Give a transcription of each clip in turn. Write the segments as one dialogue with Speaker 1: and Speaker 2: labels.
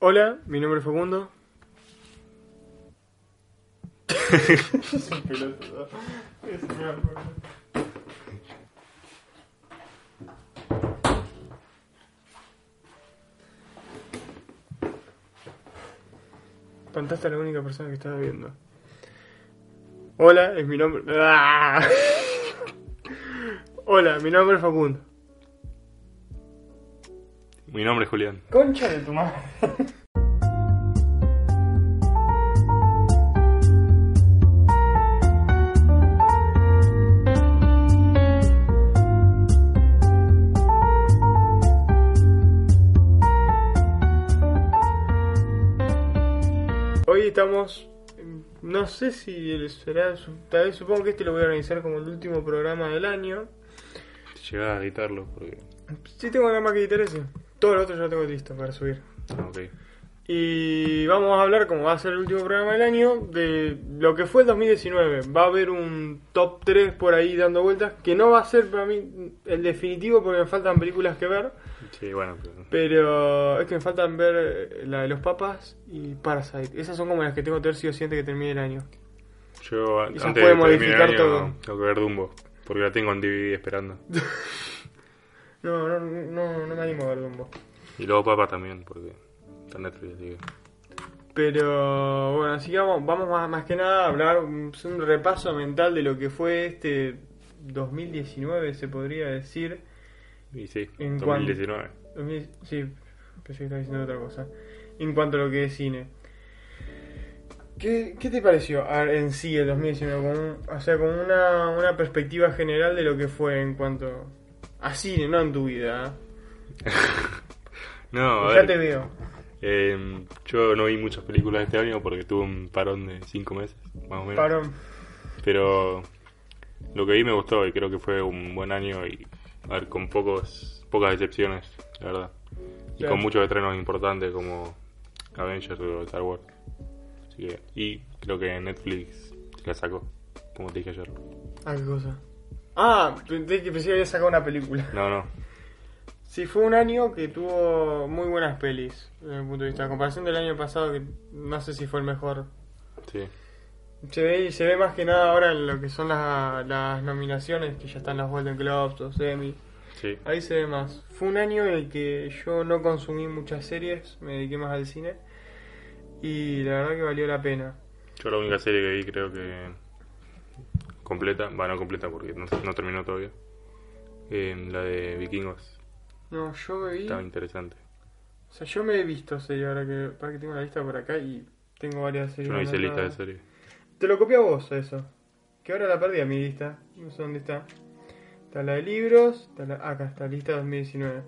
Speaker 1: Hola, mi nombre es Facundo. Tontaste a la única persona que estaba viendo. Hola, es mi nombre. ¡Ah! Hola, mi nombre es Facundo.
Speaker 2: Mi nombre es Julián.
Speaker 1: Concha de tu madre. Hoy estamos, no sé si será, su- tal vez supongo que este lo voy a organizar como el último programa del año.
Speaker 2: Llegaba a editarlo porque.
Speaker 1: Sí tengo nada más que editar ese. Todo lo otro ya lo tengo listo para subir.
Speaker 2: Ah, ok.
Speaker 1: Y vamos a hablar, como va a ser el último programa del año, de lo que fue el 2019. Va a haber un top 3 por ahí dando vueltas, que no va a ser para mí el definitivo porque me faltan películas que ver,
Speaker 2: Sí, bueno. pero-
Speaker 1: pero es que me faltan ver eh, la de los papas y Parasite. Esas son como las que tengo tercio siguiente que termine el año.
Speaker 2: Yo a-
Speaker 1: Y
Speaker 2: antes
Speaker 1: se
Speaker 2: de
Speaker 1: puede
Speaker 2: terminar el
Speaker 1: modificar
Speaker 2: año,
Speaker 1: todo.
Speaker 2: tengo que ver Dumbo. Porque la tengo en DVD esperando.
Speaker 1: No, no, no, no me animo a ver Dumbo.
Speaker 2: Y luego Papa también, porque está en Netflix, así que-
Speaker 1: Pero bueno, así que vamos, vamos más, más que nada a hablar, un, es un repaso mental de lo que fue este 2019, se podría decir.
Speaker 2: Y sí,
Speaker 1: En
Speaker 2: 2019.
Speaker 1: 2000 Sí, pensé que estaba diciendo otra cosa. En cuanto a lo que es cine. ¿Qué, qué te pareció a- en sí el 2019? Como un- o sea, como una, una perspectiva general de lo que fue en cuanto a cine, no en tu vida. ¿eh?
Speaker 2: No, a
Speaker 1: Ya
Speaker 2: ver,
Speaker 1: te veo.
Speaker 2: eh, yo no vi muchas películas este año porque tuve un parón de 5 meses, más o menos.
Speaker 1: Parón.
Speaker 2: Pero lo que vi me gustó y creo que fue un buen año y a ver, con pocos, pocas decepciones, la verdad. Y
Speaker 1: Claro.
Speaker 2: con muchos estrenos importantes como Avengers o Star Wars. Así que- y creo que Netflix la sacó, como te dije ayer.
Speaker 1: Ah, qué cosa. Ah, pensé que pensé que había sacado una película.
Speaker 2: No, no.
Speaker 1: Sí, fue un año que tuvo muy buenas pelis, desde mi punto de vista. A comparación del año pasado, que no sé si fue el mejor.
Speaker 2: Sí.
Speaker 1: Se ve, se ve más que nada ahora en lo que son las, las nominaciones, que ya están las Golden Globes, los Emmy.
Speaker 2: Sí.
Speaker 1: Ahí se ve más. Fue un año en el que yo no consumí muchas series, me dediqué más al cine. Y la verdad que valió la pena.
Speaker 2: Yo la única serie que vi creo que completa, va no completa porque no, no terminó todavía. Eh, la de Vikingos.
Speaker 1: No, yo me vi.
Speaker 2: Estaba interesante.
Speaker 1: O sea, yo me he visto series ahora que. Para que tengo la lista por acá y tengo varias series.
Speaker 2: Yo no hice lista de
Speaker 1: anotadas.
Speaker 2: series.
Speaker 1: Te lo copié a vos eso. Que ahora la perdí a mi lista. No sé dónde está. Está la de libros. Está la- acá está, lista 2019.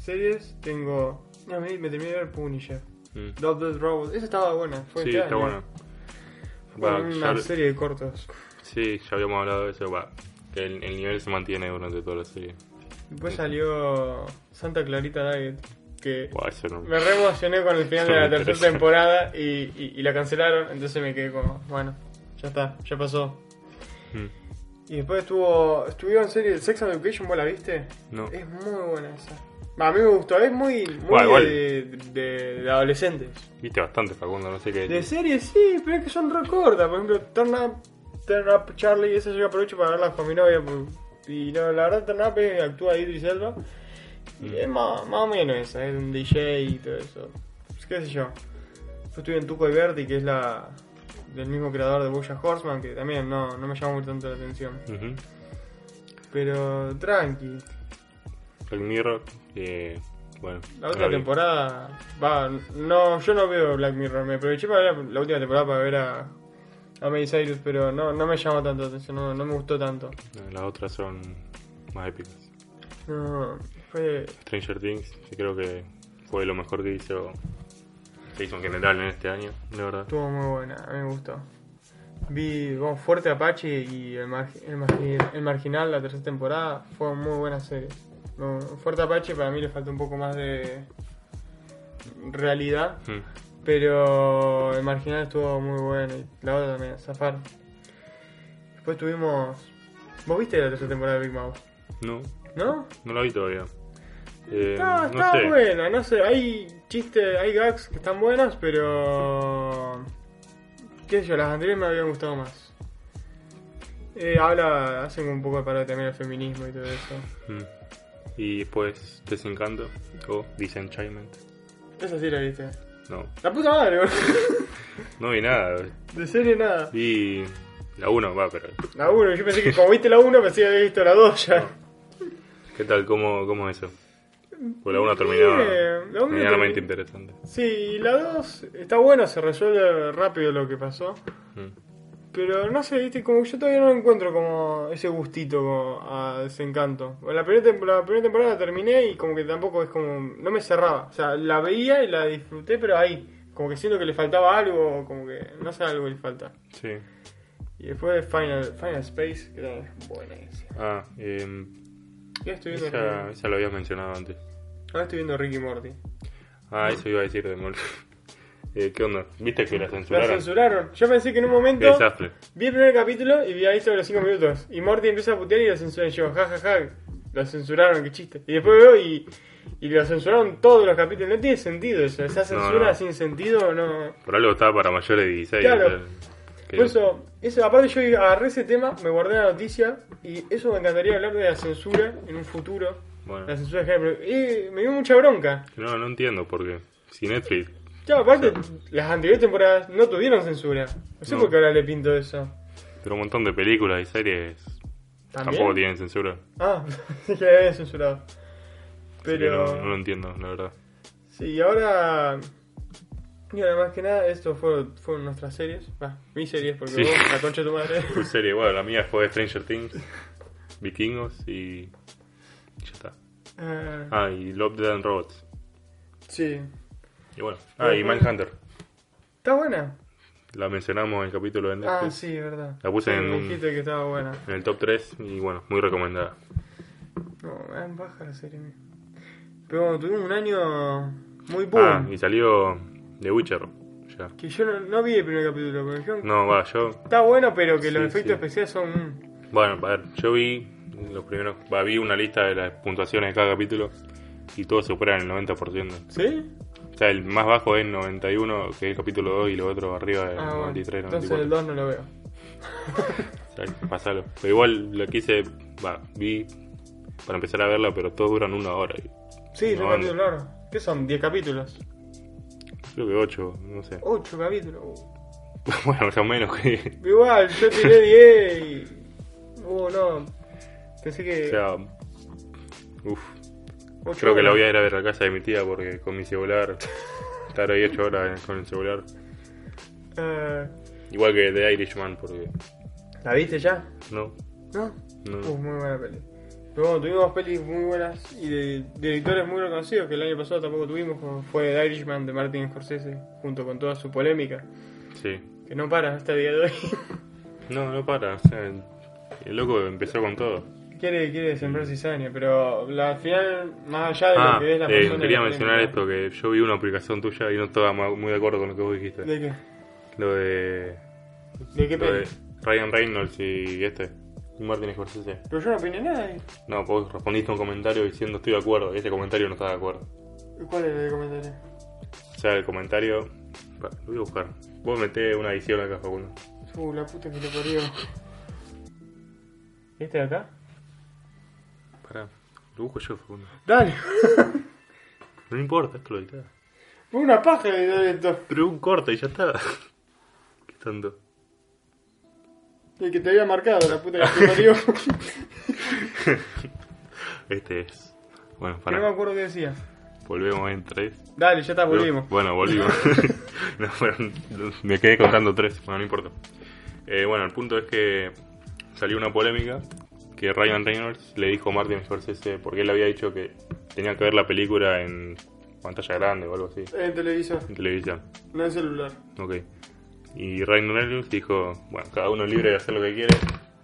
Speaker 1: Series, tengo. No, me, me terminé de ver Punisher.
Speaker 2: Mm.
Speaker 1: Love Dead Robots. Esa estaba buena. Fue
Speaker 2: Sí,
Speaker 1: este
Speaker 2: está
Speaker 1: año.
Speaker 2: bueno.
Speaker 1: Fue
Speaker 2: Va,
Speaker 1: una
Speaker 2: ya-
Speaker 1: serie de cortos.
Speaker 2: Sí, ya habíamos hablado de eso. Va, que el, el nivel se mantiene durante toda la serie.
Speaker 1: Después salió Santa Clarita Diet. Que
Speaker 2: Buah, eso no.
Speaker 1: me re emocioné con el final de
Speaker 2: Eso
Speaker 1: la
Speaker 2: me
Speaker 1: tercera
Speaker 2: interesa.
Speaker 1: temporada y, y- y la cancelaron. Entonces me quedé como, bueno, ya está, ya pasó.
Speaker 2: Mm.
Speaker 1: Y después estuvo. Estuvieron en serie Sex and Education, ¿vos la viste?
Speaker 2: No.
Speaker 1: Es muy buena esa. Va, A mí me gustó, es muy, muy
Speaker 2: Guay, guay.
Speaker 1: de, de- de adolescentes.
Speaker 2: Viste bastante, Facundo, no sé qué.
Speaker 1: De series sí, pero es que son re cortas. Por ejemplo, Turn Up, Turn Up Charlie, esa yo aprovecho para verlas con mi novia. por- Y no, la verdad, Turn Up es- actúa Idris Elba. Y es más, más o menos esa, es un DJ y todo eso. Pues, qué sé yo. Yo estuve en Tuco y Verdi, que es la del mismo creador de Boya Horseman, que también no, no me llamó muy tanto la atención.
Speaker 2: Ujú.
Speaker 1: Pero tranqui.
Speaker 2: Black Mirror, eh, bueno.
Speaker 1: La
Speaker 2: no
Speaker 1: otra
Speaker 2: vi.
Speaker 1: temporada. Va, no, yo no veo Black Mirror. Me aproveché para ver la última temporada para ver a. A Miley Cyrus, pero no, no me llamó tanto la atención, no, no me gustó tanto.
Speaker 2: No, Las otras son más épicas.
Speaker 1: No, fue.
Speaker 2: Stranger Things, yo creo que fue lo mejor que hizo, que hizo en general en este año, la verdad.
Speaker 1: Estuvo muy buena, a mí me gustó. Vi bueno, Fuerte Apache y el, Mar- el, Margi- el Marginal, la tercera temporada, fueron muy buenas series. No, Fuerte Apache para mí le falta un poco más de realidad,
Speaker 2: Mm.
Speaker 1: pero el Marginal estuvo muy bueno y la otra también, Zafar. Después tuvimos... ¿Vos viste la tercera temporada de Big Mouth?
Speaker 2: No,
Speaker 1: ¿No?
Speaker 2: no la vi todavía. Eh,
Speaker 1: Está,
Speaker 2: no
Speaker 1: está
Speaker 2: sé.
Speaker 1: buena, no sé, hay chistes, hay gags que están buenas, pero... qué sé yo, las anteriores me habían gustado más. Eh, habla, hacen un poco para también el feminismo y todo eso.
Speaker 2: Mm. Y después Desencanto o Disenchantment.
Speaker 1: Esa sí la viste.
Speaker 2: No,
Speaker 1: La puta madre, boludo.
Speaker 2: no vi nada.
Speaker 1: De serie nada.
Speaker 2: Vi la 1, va, pero
Speaker 1: La 1, yo pensé que como viste la 1 pensé que había visto la 2 ya.
Speaker 2: ¿qué tal? ¿Cómo, cómo es eso? Pues la 1 terminaba
Speaker 1: Bien, la uno
Speaker 2: medianamente
Speaker 1: termi-
Speaker 2: interesante.
Speaker 1: Sí, y la 2 está buena, se resuelve rápido lo que pasó.
Speaker 2: Mm.
Speaker 1: Pero no sé, viste, como que yo todavía no encuentro como ese gustito como a desencanto. Bueno, La primera, tem- la primera temporada la terminé y como que tampoco es como... No me cerraba. O sea, la veía y la disfruté, pero ahí. Como que siento que le faltaba algo, como que no sé, algo le falta.
Speaker 2: Sí.
Speaker 1: Y después Final, Final Space, que también es buena esa.
Speaker 2: Ah, eh,
Speaker 1: Ya estoy viendo,
Speaker 2: esa, esa lo habías mencionado antes.
Speaker 1: ahora estoy viendo Ricky Morty.
Speaker 2: Ah, eso iba a decir de mol. Eh, ¿Qué onda? ¿Viste que la
Speaker 1: La
Speaker 2: censuraron?
Speaker 1: censuraron. Yo pensé que en un momento...
Speaker 2: Qué desastre.
Speaker 1: Vi el primer capítulo y vi ahí sobre los 5 minutos. Y Morty empieza a putear y lo censuran. Y yo, jajaja, lo censuraron, qué chiste. Y después veo y, y lo censuraron todos los capítulos. No tiene sentido eso. Esa censura
Speaker 2: no.
Speaker 1: sin sentido no.
Speaker 2: Por algo estaba para mayores de 16.
Speaker 1: Claro.
Speaker 2: o sea, que-
Speaker 1: Por eso, eso, aparte yo agarré ese tema, me guardé la noticia y eso me encantaría hablar de la censura en un futuro.
Speaker 2: Bueno.
Speaker 1: La censura de género. Y me dio mucha bronca.
Speaker 2: No, no entiendo por qué. Si Netflix.
Speaker 1: Claro, aparte, las anteriores temporadas no tuvieron censura. No sé
Speaker 2: No.
Speaker 1: por qué ahora le pinto eso.
Speaker 2: Pero un montón de películas y series
Speaker 1: ¿También?
Speaker 2: tampoco tienen censura.
Speaker 1: Ah, sí que había censurado.
Speaker 2: Así que
Speaker 1: Pero.
Speaker 2: no, no lo entiendo, la verdad.
Speaker 1: Sí, ahora. Y ahora más que nada, esto fue- fueron nuestras series. Va, mis series, porque
Speaker 2: Sí.
Speaker 1: vos, la concha de tu madre.
Speaker 2: Tu serie, bueno, la mía fue Stranger Things, Vikingos y. Ya está.
Speaker 1: Eh,
Speaker 2: Ah, y Love Dead and Robots.
Speaker 1: Sí.
Speaker 2: Y bueno. Ah, y Manhunter.
Speaker 1: ¿Está buena?
Speaker 2: La mencionamos en el capítulo de Netflix.
Speaker 1: Ah, sí, verdad.
Speaker 2: La puse
Speaker 1: Sí,
Speaker 2: en
Speaker 1: me
Speaker 2: un-
Speaker 1: dijiste que estaba buena.
Speaker 2: En el top 3 y bueno, muy recomendada.
Speaker 1: No, me baja la serie. mía. Pero bueno, tuvimos un año muy
Speaker 2: Ah,
Speaker 1: boom.
Speaker 2: y salió The Witcher. Ya.
Speaker 1: Que yo no, no vi el primer capítulo, porque me dijeron
Speaker 2: No, va, yo.
Speaker 1: Está bueno, pero que los
Speaker 2: Sí,
Speaker 1: efectos
Speaker 2: sí.
Speaker 1: especiales son.
Speaker 2: Bueno, a ver, yo vi los primeros. Va, vi una lista de las puntuaciones de cada capítulo y todos superan el 90%.
Speaker 1: ¿Sí?
Speaker 2: O sea, el más bajo es 91, que es el capítulo 2, y lo otro arriba es
Speaker 1: Ah, bueno.
Speaker 2: 93,
Speaker 1: Entonces el
Speaker 2: 94.
Speaker 1: 2 no lo veo.
Speaker 2: Exacto, pasalo. Pero igual la quise. Va, vi para empezar a verla, pero todos duran una hora. y
Speaker 1: Sí, son
Speaker 2: No, no.
Speaker 1: capítulos largos. ¿Qué son? ¿10 capítulos?
Speaker 2: Creo que 8, no sé.
Speaker 1: 8 capítulos.
Speaker 2: bueno, más o menos que.
Speaker 1: Igual, yo tiré 10 y. Uh, no. Pensé
Speaker 2: O
Speaker 1: que.
Speaker 2: sea. Uf.
Speaker 1: ocho
Speaker 2: Creo que la
Speaker 1: horas.
Speaker 2: voy a ir a ver a casa de mi tía porque con mi celular. Estar ahí 8 horas con el celular.
Speaker 1: Eh,
Speaker 2: Igual que The Irishman, porque.
Speaker 1: ¿La viste ya?
Speaker 2: No,
Speaker 1: ¿No?
Speaker 2: no.
Speaker 1: Uh, muy buena peli. Pero bueno, tuvimos pelis muy buenas y de directores muy reconocidos que el año pasado tampoco tuvimos, como fue The Irishman de Martin Scorsese, junto con toda su polémica,
Speaker 2: Sí.
Speaker 1: que no para hasta el día de hoy.
Speaker 2: No, no para. o sea, el, el loco empezó con todo.
Speaker 1: quiere, quiere sembrar cizaña, pero la, al final, más allá de
Speaker 2: ah,
Speaker 1: lo que es la
Speaker 2: eh,
Speaker 1: persona de
Speaker 2: quería
Speaker 1: la
Speaker 2: mencionar
Speaker 1: película-
Speaker 2: esto, que yo vi una aplicación tuya y no estaba ma- muy de acuerdo con lo que vos dijiste.
Speaker 1: ¿De qué?
Speaker 2: Lo de...
Speaker 1: ¿De qué
Speaker 2: lo
Speaker 1: peli?
Speaker 2: de Ryan Reynolds y este. Y Martin Scorsese.
Speaker 1: Pero yo no opiné nada. ahí.
Speaker 2: No, vos respondiste a un comentario diciendo estoy de acuerdo. Y ese comentario no estaba de acuerdo.
Speaker 1: ¿Cuál era el comentario?
Speaker 2: O sea, el comentario... Pa, Lo voy a buscar. Vos metés una edición acá, Facundo.
Speaker 1: Uh, la puta que te parió. ¿Este de acá?
Speaker 2: Pará. Lo busco yo, Facundo.
Speaker 1: Dale.
Speaker 2: No importa, esto lo editás.
Speaker 1: Fue una paja de editar esto.
Speaker 2: Pero un corte y ya está. Qué tanto.
Speaker 1: El que te había marcado, la puta que te parió.
Speaker 2: Este es. Bueno,
Speaker 1: que no me
Speaker 2: para.
Speaker 1: acuerdo qué decía.
Speaker 2: Volvemos en tres.
Speaker 1: Dale, ya está, volvimos.
Speaker 2: Bueno, volvimos. No, fueron- me quedé contando tres. Bueno, no importa. Eh, bueno, el punto es que salió una polémica que Ryan Reynolds le dijo a Martin Scorsese porque él había dicho que tenía que ver la película en pantalla grande o algo así.
Speaker 1: En televisor,
Speaker 2: En televisión.
Speaker 1: no en celular.
Speaker 2: Ok. Y Ryan Reynolds dijo, bueno, cada uno es libre de hacer lo que quiere.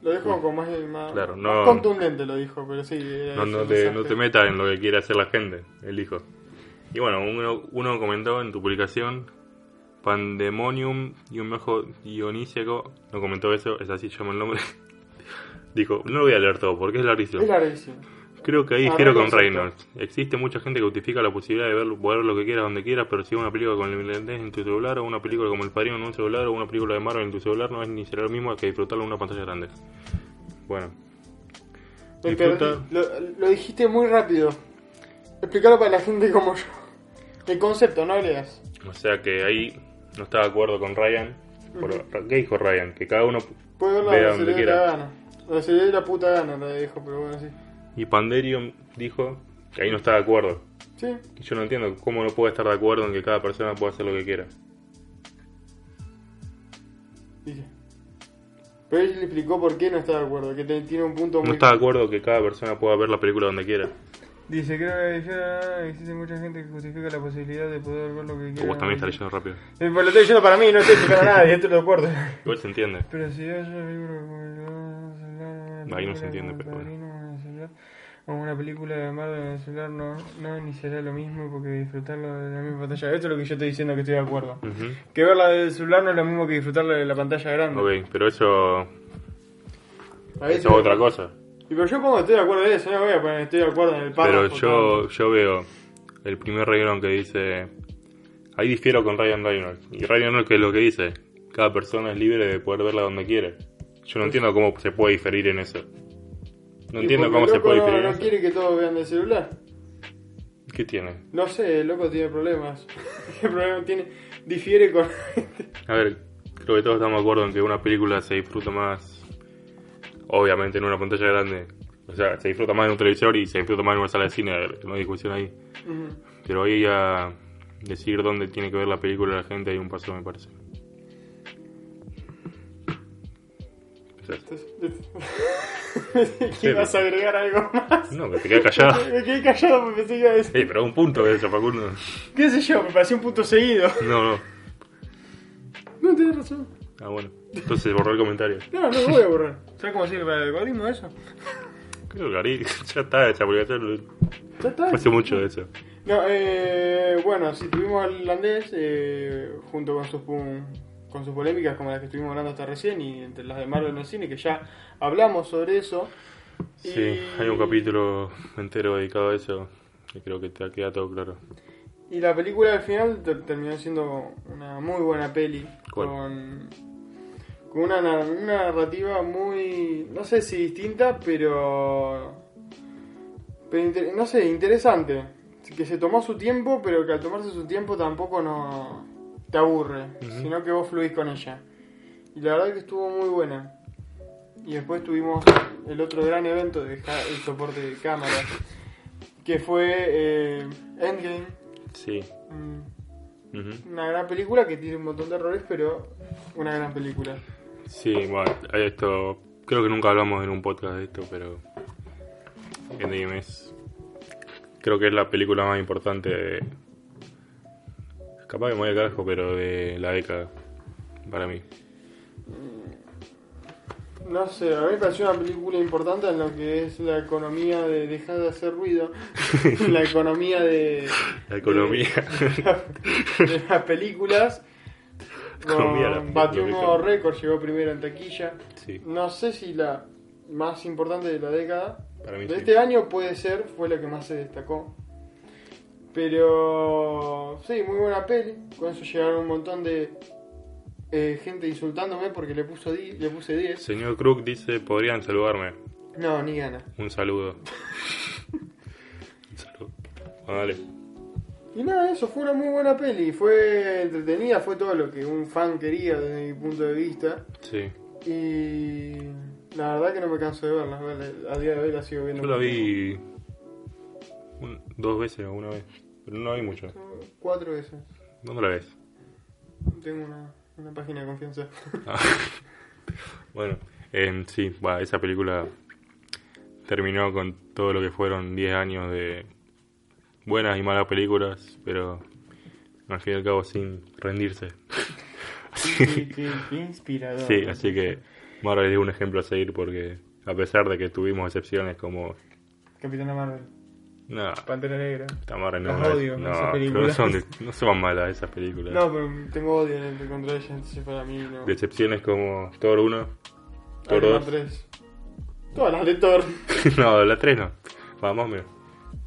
Speaker 1: Lo dijo con más, más-
Speaker 2: Claro,
Speaker 1: más
Speaker 2: no-
Speaker 1: contundente, lo dijo, pero sí. era
Speaker 2: No,
Speaker 1: ese
Speaker 2: no,
Speaker 1: el
Speaker 2: te,
Speaker 1: mensaje.
Speaker 2: no te metas en lo que quiere hacer la gente, él dijo. Y bueno, uno, uno comentó en tu publicación, Pandemonium y un bajo dionísico, no comentó eso, es así, llama el nombre. dijo, no lo voy a leer todo porque es larguísimo.
Speaker 1: Es larguísimo.
Speaker 2: Creo que ahí
Speaker 1: Ah,
Speaker 2: difiero con
Speaker 1: Reynolds,
Speaker 2: Reynolds. Existe mucha gente que justifica la posibilidad de ver, poder ver lo que quieras donde quieras, pero si una película con el lentes en tu celular o una película como El Padrino en un celular o una película de Marvel en tu celular no es ni será lo mismo que disfrutarlo en una pantalla grande. Bueno. Este,
Speaker 1: Pero
Speaker 2: Disfruta.
Speaker 1: lo, lo dijiste muy rápido. Explícalo para la gente como yo. El concepto, no leas.
Speaker 2: O sea que ahí no estaba de acuerdo con Ryan. Por- ¿Qué dijo Ryan? Que cada uno...
Speaker 1: Puede verla
Speaker 2: Vea
Speaker 1: la
Speaker 2: donde
Speaker 1: serie de la
Speaker 2: quiera.
Speaker 1: gana. La serie de la puta gana, la dijo, pero bueno, sí.
Speaker 2: Y Panderium dijo que ahí no estaba de acuerdo.
Speaker 1: Sí,
Speaker 2: Y Yo no entiendo cómo no puede estar de acuerdo en que cada persona pueda hacer lo que quiera.
Speaker 1: dije. Pero él le explicó por qué no está de acuerdo, que te- tiene un punto muy...
Speaker 2: No está de acuerdo que cada persona pueda ver la película donde quiera.
Speaker 1: Dice, creo que ya existe mucha gente que justifica la posibilidad de poder ver lo que
Speaker 2: O vos también estás leyendo rápido.
Speaker 1: Eh, pues lo estoy diciendo para mí, no estoy explicando a nadie, esto lo acuerdo.
Speaker 2: Igual se entiende.
Speaker 1: Pero si yo libro como el celular...
Speaker 2: Ahí no se entiende, pero bueno.
Speaker 1: O una película de Marvel en el celular no, no ni será lo mismo porque disfrutarlo de la misma pantalla. Esto es lo que yo estoy diciendo que estoy de acuerdo.
Speaker 2: Ujú.
Speaker 1: Que verla del celular no es lo mismo que disfrutarla de la pantalla grande.
Speaker 2: Ok, pero eso,
Speaker 1: A veces-
Speaker 2: eso es otra cosa.
Speaker 1: Y pero yo pongo estoy de acuerdo de eso, no voy a poner estoy de acuerdo en el
Speaker 2: Pero
Speaker 1: párrafo.
Speaker 2: yo, yo veo el primer renglón que dice... Ahí difiero con Ryan Reynolds. Y Ryan Reynolds que es lo que dice. Cada persona es libre de poder verla donde quiere. Yo no entiendo cómo se puede diferir en eso. No
Speaker 1: Y
Speaker 2: entiendo
Speaker 1: porque
Speaker 2: cómo
Speaker 1: el
Speaker 2: se
Speaker 1: loco
Speaker 2: puede
Speaker 1: no-
Speaker 2: diferir en
Speaker 1: No
Speaker 2: eso.
Speaker 1: quiere que todos vean del celular.
Speaker 2: ¿Qué tiene?
Speaker 1: No sé, el loco tiene problemas. ¿Qué problema tiene? Difiere con...
Speaker 2: A ver, creo que todos estamos de acuerdo en que una película se disfruta más, obviamente, en una pantalla grande. O sea, se disfruta más en un televisor y se disfruta más en una sala de cine. A ver, No hay discusión ahí.
Speaker 1: Ujú.
Speaker 2: Pero ahí a decir dónde tiene que ver la película la gente hay un paso, me parece.
Speaker 1: este, ¿Qué vas a agregar algo más?
Speaker 2: No, que te quedas callado.
Speaker 1: Me quedé callado porque pensé que iba a decir.
Speaker 2: Ey, pero un punto de eso, Facundo.
Speaker 1: ¿Qué sé yo? Me pareció un punto seguido.
Speaker 2: No, no.
Speaker 1: No, tenés razón.
Speaker 2: Ah, bueno. Entonces borró el comentario.
Speaker 1: No, no lo voy a borrar. ¿Sabes cómo sirve para el algoritmo eso?
Speaker 2: Creo que ahí ya está esa publicación.
Speaker 1: Ya está.
Speaker 2: Hace mucho de eso.
Speaker 1: No, eh, bueno, si tuvimos al holandés eh, junto con sus, pu- con sus polémicas como las que estuvimos hablando hasta recién y entre las de Marvel en el cine, que ya hablamos sobre eso.
Speaker 2: Sí, hay un capítulo entero dedicado a eso. Y creo que te queda todo claro.
Speaker 1: Y la película al final ter- terminó siendo una muy buena peli.
Speaker 2: ¿Cuál?
Speaker 1: Con, con una, na- una narrativa muy. no sé si distinta, pero. pero inter- no sé, interesante. Que se tomó su tiempo, pero que al tomarse su tiempo tampoco no te aburre, sino que vos fluís con ella. Y la verdad que estuvo muy buena. Y después tuvimos el otro gran evento de ja- el soporte de cámara, que fue eh, Endgame.
Speaker 2: Sí.
Speaker 1: Mm,
Speaker 2: Ujú.
Speaker 1: Una gran película que tiene un montón de errores, pero una gran película.
Speaker 2: Sí, bueno, hay esto. Creo que nunca hablamos en un podcast de esto, pero. Endgame es. Creo que es la película más importante de. Capaz que me voy al carajo, pero de la década. Para mí.
Speaker 1: No sé, a mí me pareció una película importante en lo que es la economía de dejar de hacer ruido, la economía de.
Speaker 2: La economía.
Speaker 1: de, de las películas.
Speaker 2: Economía de las
Speaker 1: Con- Batió un
Speaker 2: películas.
Speaker 1: nuevo récord, llegó primero en taquilla.
Speaker 2: Eh, Sí.
Speaker 1: No sé si la más importante de la década,
Speaker 2: Para mí
Speaker 1: de
Speaker 2: sí.
Speaker 1: este año puede ser, fue la que más se destacó. Pero sí, muy buena peli. Con eso llegaron un montón de eh, gente insultándome porque le, puso di- le puse 10.
Speaker 2: Señor Crook dice: podrían saludarme.
Speaker 1: No, ni gana.
Speaker 2: Un saludo. un saludo. Bueno, dale.
Speaker 1: Y nada, eso fue una muy buena peli. Fue entretenida, fue todo lo que un fan quería desde mi punto de vista.
Speaker 2: Sí.
Speaker 1: Y la verdad que no me canso de verla. A día de hoy la sigo viendo.
Speaker 2: Yo la vi. un- dos veces o una vez. Pero no la vi mucho.
Speaker 1: Cuatro veces.
Speaker 2: ¿Dónde la ves?
Speaker 1: Tengo una, una página de confianza.
Speaker 2: Ah. bueno, em, sí, va, esa película terminó con todo lo que fueron 10 años de buenas y malas películas, pero al fin y al cabo sin rendirse.
Speaker 1: Qué- qué- qué inspirador.
Speaker 2: Sí, así que Marvel es un ejemplo a seguir porque a pesar de que tuvimos excepciones como...
Speaker 1: Capitana Marvel,
Speaker 2: No,
Speaker 1: Pantera Negra.
Speaker 2: esta Marvel no,
Speaker 1: Las odio, esas
Speaker 2: es- no, pero no
Speaker 1: películas.
Speaker 2: son, de- no son malas esas películas.
Speaker 1: No, pero tengo odio en el contra ella, entonces para mí no.
Speaker 2: De excepciones como Thor 1, Thor
Speaker 1: Iron Man
Speaker 2: 2.
Speaker 1: 3. Todas las de Thor.
Speaker 2: no, la 3 no. Va, más o menos.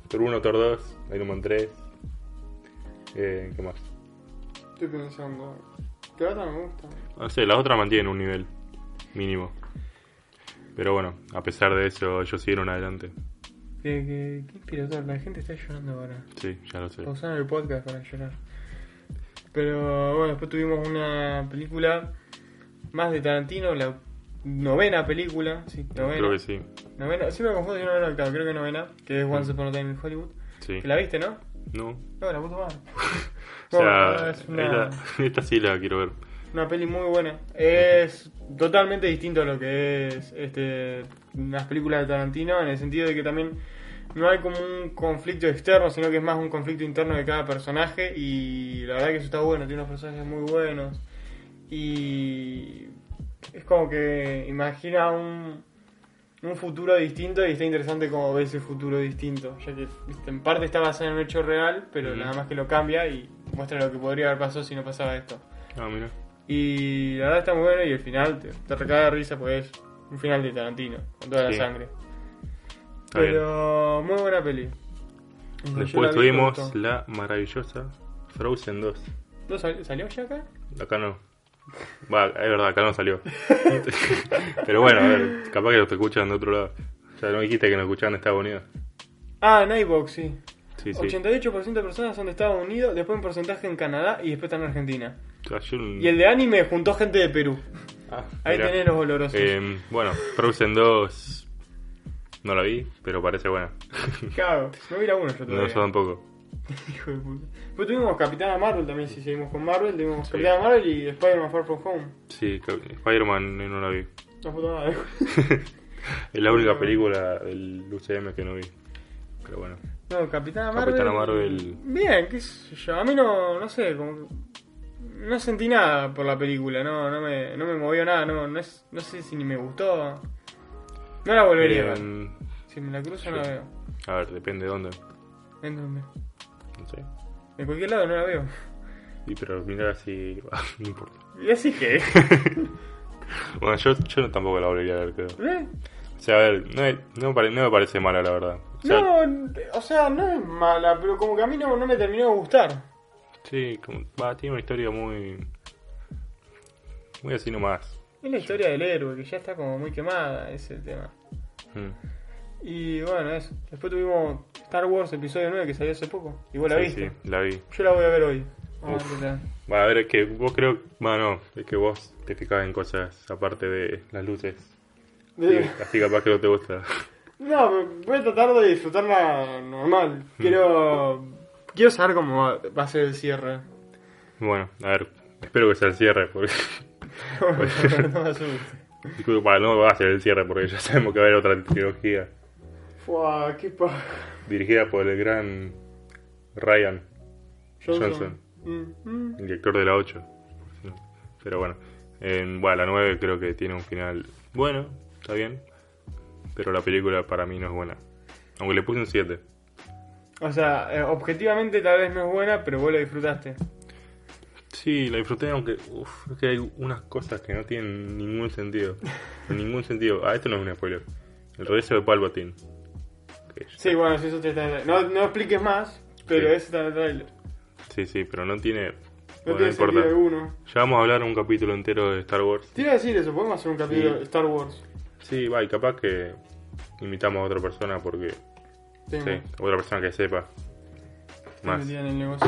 Speaker 2: Thor 1, Thor 2, Iron Man 3. Eh, ¿Qué más?
Speaker 1: Estoy pensando. Que otra me gusta.
Speaker 2: No sé, las otras mantienen un nivel mínimo. Pero bueno, a pesar de eso, ellos siguieron adelante.
Speaker 1: Qué, qué, qué inspirador. La gente está llorando ahora.
Speaker 2: Sí, ya lo sé.
Speaker 1: Pausaron el podcast para llorar. Pero bueno, después tuvimos una película más de Tarantino, la novena película. Sí, novena.
Speaker 2: Creo que sí.
Speaker 1: Novena, siempre me confundo si novena o octava, creo que novena, que es Once Upon a Time in Hollywood.
Speaker 2: Sí.
Speaker 1: Que la viste, ¿no?
Speaker 2: No.
Speaker 1: No, la puta madre.
Speaker 2: O sea,
Speaker 1: Bueno, Oh, es una-
Speaker 2: esta, esta sí la quiero ver.
Speaker 1: Una peli muy buena. Es totalmente distinto a lo que es este, las películas de Tarantino, en el sentido de que también no hay como un conflicto externo, sino que es más un conflicto interno de cada personaje. Y la verdad que eso está bueno, tiene unos personajes muy buenos. Y es como que imagina un, un futuro distinto y está interesante como ve ese futuro distinto, ya que viste, en parte está basado en un hecho real, pero
Speaker 2: Mm.
Speaker 1: nada más que lo cambia y muestra lo que podría haber pasado si no pasaba esto.
Speaker 2: Ah, mira.
Speaker 1: Y la verdad está muy bueno y el final te, te recaga de risa porque es un final de Tarantino, con toda la
Speaker 2: Sí.
Speaker 1: sangre.
Speaker 2: Está bien.
Speaker 1: Pero muy buena peli. Yo la
Speaker 2: Después
Speaker 1: vi y me
Speaker 2: tuvimos
Speaker 1: gustó.
Speaker 2: la maravillosa Frozen 2.
Speaker 1: ¿No sal- ¿Salió ya acá?
Speaker 2: Acá no. Va, es verdad, acá no salió. Pero bueno, a ver, capaz que lo te escuchan de otro lado. O sea, no dijiste que nos escuchaban en Estados Unidos.
Speaker 1: Ah, en iVoox, sí.
Speaker 2: Sí, sí.
Speaker 1: 88% de personas son de Estados Unidos, después un porcentaje en Canadá y después está en Argentina.
Speaker 2: Cayó un-
Speaker 1: Y el de anime juntó gente de Perú.
Speaker 2: Ah,
Speaker 1: Ahí
Speaker 2: Mm. mirá.
Speaker 1: tenés los olorosos.
Speaker 2: Eh, bueno, Frozen 2 no la vi, pero parece buena.
Speaker 1: Cago, no hubiera uno yo
Speaker 2: No,
Speaker 1: todavía.
Speaker 2: yo tampoco.
Speaker 1: Hijo de puta. Pues tuvimos Capitana Marvel también, si seguimos con Marvel, tuvimos
Speaker 2: Sí.
Speaker 1: Capitana Marvel y Spider-Man Far From Home.
Speaker 2: Sí, creo que Spider-Man eh, no la vi.
Speaker 1: No puta madre.
Speaker 2: es la
Speaker 1: Ah.
Speaker 2: única película del UCM que no vi. Pero bueno.
Speaker 1: No, Capitana Marvel.
Speaker 2: Capitana Marvel.
Speaker 1: Bien, qué sé yo. A mí no, no sé, como. que No sentí nada por la película, no, no, me, no me movió nada, no, no, es- no sé si ni me gustó. No la volvería a ver.
Speaker 2: Eh,
Speaker 1: Si me la cruzo,
Speaker 2: sí.
Speaker 1: no la veo.
Speaker 2: a ver, depende de dónde.
Speaker 1: ¿En dónde?
Speaker 2: No sé.
Speaker 1: De cualquier lado no la veo.
Speaker 2: Y pero mira si... ah, no importa.
Speaker 1: Y así que.
Speaker 2: Bueno, yo, yo no- tampoco la volvería a ver, creo.
Speaker 1: ¿Eh?
Speaker 2: O sea, a ver, no, es- no, me pare- no me parece mala, la verdad. O sea,
Speaker 1: No, o sea, no es mala, pero como que a mí no, no me terminó de gustar.
Speaker 2: Sí, como- va, tiene una historia muy... Muy así nomás.
Speaker 1: Es la historia del héroe, que ya está como muy quemada ese tema.
Speaker 2: Mm.
Speaker 1: Y bueno, eso. Después tuvimos Star Wars Episodio 9 que salió hace poco. Y vos la
Speaker 2: Sí,
Speaker 1: viste.
Speaker 2: sí, la vi.
Speaker 1: Yo la voy a ver hoy. Vamos a
Speaker 2: Uf.
Speaker 1: ver qué tal.
Speaker 2: Va, a ver, es que vos creo... Bueno, no, es que vos te fijás en cosas aparte de las luces. Sí, así capaz que no te gusta.
Speaker 1: No, pero voy a tratar de disfrutarla normal.
Speaker 2: Hmm.
Speaker 1: Quiero. Quiero saber cómo va, va a ser el cierre.
Speaker 2: Bueno, a ver, espero que sea el cierre, porque...
Speaker 1: no me asustes.
Speaker 2: Disculpa, no va a ser el cierre, porque ya sabemos que va a haber otra trilogía.
Speaker 1: Fua, qué paja.
Speaker 2: Dirigida por el gran Ryan, Johnson.
Speaker 1: Mm, mm.
Speaker 2: el director de la 8. Pero bueno, en, bueno, la 9 creo que tiene un final bueno, está bien. Pero la película para mí no es buena. Aunque le puse un 7.
Speaker 1: O sea, eh, objetivamente tal vez no es buena, pero vos la disfrutaste.
Speaker 2: Sí, la disfruté, aunque uf, es que hay unas cosas que no tienen ningún sentido. ningún sentido. Ah, esto no es un spoiler. El regreso de Palpatine. Que ya-
Speaker 1: Sí, bueno, sí, eso te está. No, no expliques más, pero
Speaker 2: Sí.
Speaker 1: eso está en el trailer.
Speaker 2: sí, sí, pero no tiene...
Speaker 1: No
Speaker 2: bueno,
Speaker 1: tiene
Speaker 2: importa.
Speaker 1: sentido alguno.
Speaker 2: Ya vamos a hablar un capítulo entero de Star Wars.
Speaker 1: Te iba a decir eso, podemos hacer un capítulo
Speaker 2: Sí.
Speaker 1: de Star Wars.
Speaker 2: Sí, va, y capaz que invitamos a otra persona porque...
Speaker 1: Tengo.
Speaker 2: Sí, otra persona que sepa.
Speaker 1: Estoy
Speaker 2: Más.
Speaker 1: metida en el negocio.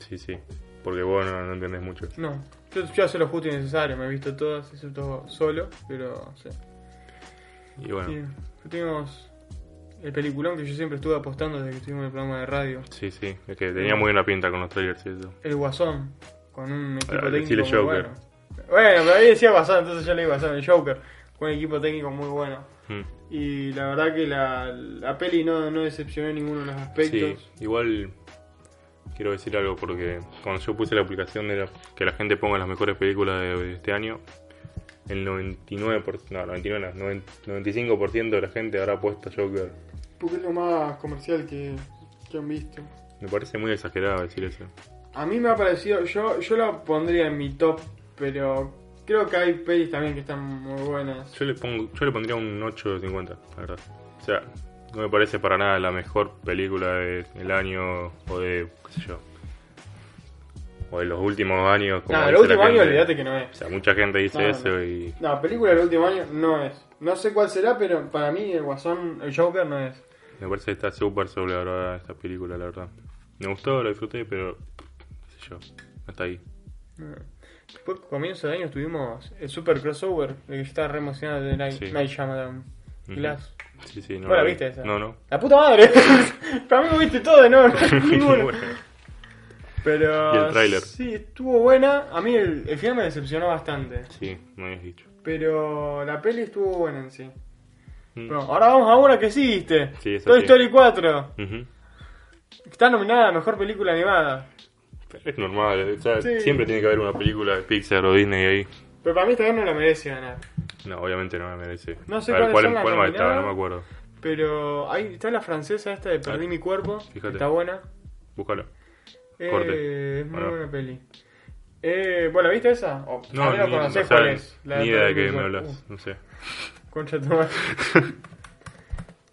Speaker 2: Sí, sí. Porque vos no, no entendés mucho.
Speaker 1: No, yo, yo hace lo justo y necesario, me he visto todas, excepto solo, pero sí.
Speaker 2: Y bueno,
Speaker 1: Bien, tuvimos el peliculón que yo siempre estuve apostando desde que estuvimos en el programa de radio.
Speaker 2: sí, sí. Es que tenía muy buena pinta con los trailers y eso.
Speaker 1: El Guasón, con un equipo
Speaker 2: Ah,
Speaker 1: técnico
Speaker 2: decile
Speaker 1: muy
Speaker 2: Joker.
Speaker 1: bueno. Bueno, pero ahí decía Guasón, entonces yo leí Guasón, el Joker, con un equipo técnico muy bueno.
Speaker 2: Mm.
Speaker 1: Y la verdad que la, la peli no, no decepcionó en ninguno de los
Speaker 2: Sí,
Speaker 1: aspectos.
Speaker 2: igual quiero decir algo porque cuando yo puse la aplicación de la- que la gente ponga las mejores películas de, de este año, el 99%, no, 99, no, 90 95% de la gente habrá puesto Joker.
Speaker 1: Porque es lo más comercial que, que han visto.
Speaker 2: Me parece muy exagerado decir eso.
Speaker 1: A mí me ha parecido, yo, yo la pondría en mi top, pero creo que hay pelis también que están muy buenas.
Speaker 2: Yo le pongo, yo le pondría un 8 de 50, la verdad. O sea, no me parece para nada la mejor película de- del año o de, qué sé yo, o de los últimos años. como
Speaker 1: Nah, el
Speaker 2: dice la
Speaker 1: último año
Speaker 2: gente.
Speaker 1: olvídate que no
Speaker 2: O
Speaker 1: es.
Speaker 2: sea, mucha gente dice
Speaker 1: No, no,
Speaker 2: eso
Speaker 1: no.
Speaker 2: y...
Speaker 1: No, película del último año no es. No sé cuál será, pero para mí el Guasón, el Joker no es.
Speaker 2: Me parece que está súper sobrevalorada esta película, la verdad. Me gustó, la disfruté, pero. qué sé yo, no está ahí.
Speaker 1: No. Después, comienzo de año, tuvimos el super crossover, el que yo estaba re emocionado de Night,
Speaker 2: Sí.
Speaker 1: Night Shyamalan.
Speaker 2: Ujú.
Speaker 1: Glass.
Speaker 2: Sí, sí, no.
Speaker 1: ¿Vos la
Speaker 2: vi.
Speaker 1: viste esa?
Speaker 2: No, no.
Speaker 1: ¡La puta madre! para mí lo viste todo, ¿no?
Speaker 2: Ninguna.
Speaker 1: Ninguno. Pero.
Speaker 2: Y el tráiler.
Speaker 1: Sí, estuvo buena. A mí el, el final me decepcionó bastante.
Speaker 2: Sí, me habías dicho.
Speaker 1: Pero la peli estuvo buena en sí.
Speaker 2: Mm.
Speaker 1: Bueno, ahora vamos a una que hiciste.
Speaker 2: Sí, esa
Speaker 1: Toy
Speaker 2: sí.
Speaker 1: Story 4.
Speaker 2: Ujú.
Speaker 1: Está nominada a Mejor Película Animada.
Speaker 2: Pero es normal, o sea,
Speaker 1: Sí.
Speaker 2: siempre tiene que haber una película de Pixar o Disney ahí.
Speaker 1: Pero para mí esta vez no la merece ganar.
Speaker 2: No, obviamente no me merece.
Speaker 1: No sé
Speaker 2: A ver,
Speaker 1: cuáles
Speaker 2: ¿cuál,
Speaker 1: son las
Speaker 2: cuál más estaba,
Speaker 1: nominadas.
Speaker 2: no me acuerdo.
Speaker 1: Pero ahí está la francesa esta de Perdí
Speaker 2: Ah,
Speaker 1: mi cuerpo.
Speaker 2: fíjate.
Speaker 1: Está buena.
Speaker 2: Búscala. Corte.
Speaker 1: Eh, es muy
Speaker 2: Bueno.
Speaker 1: buena peli. Eh, bueno, ¿viste esa? O,
Speaker 2: No,
Speaker 1: al menos
Speaker 2: ni, no
Speaker 1: conocés cuál
Speaker 2: saben,
Speaker 1: es. La
Speaker 2: ni idea de
Speaker 1: Perdí mi
Speaker 2: qué me
Speaker 1: cuerpo.
Speaker 2: hablas, no sé.
Speaker 1: Uh, concha de tu madre.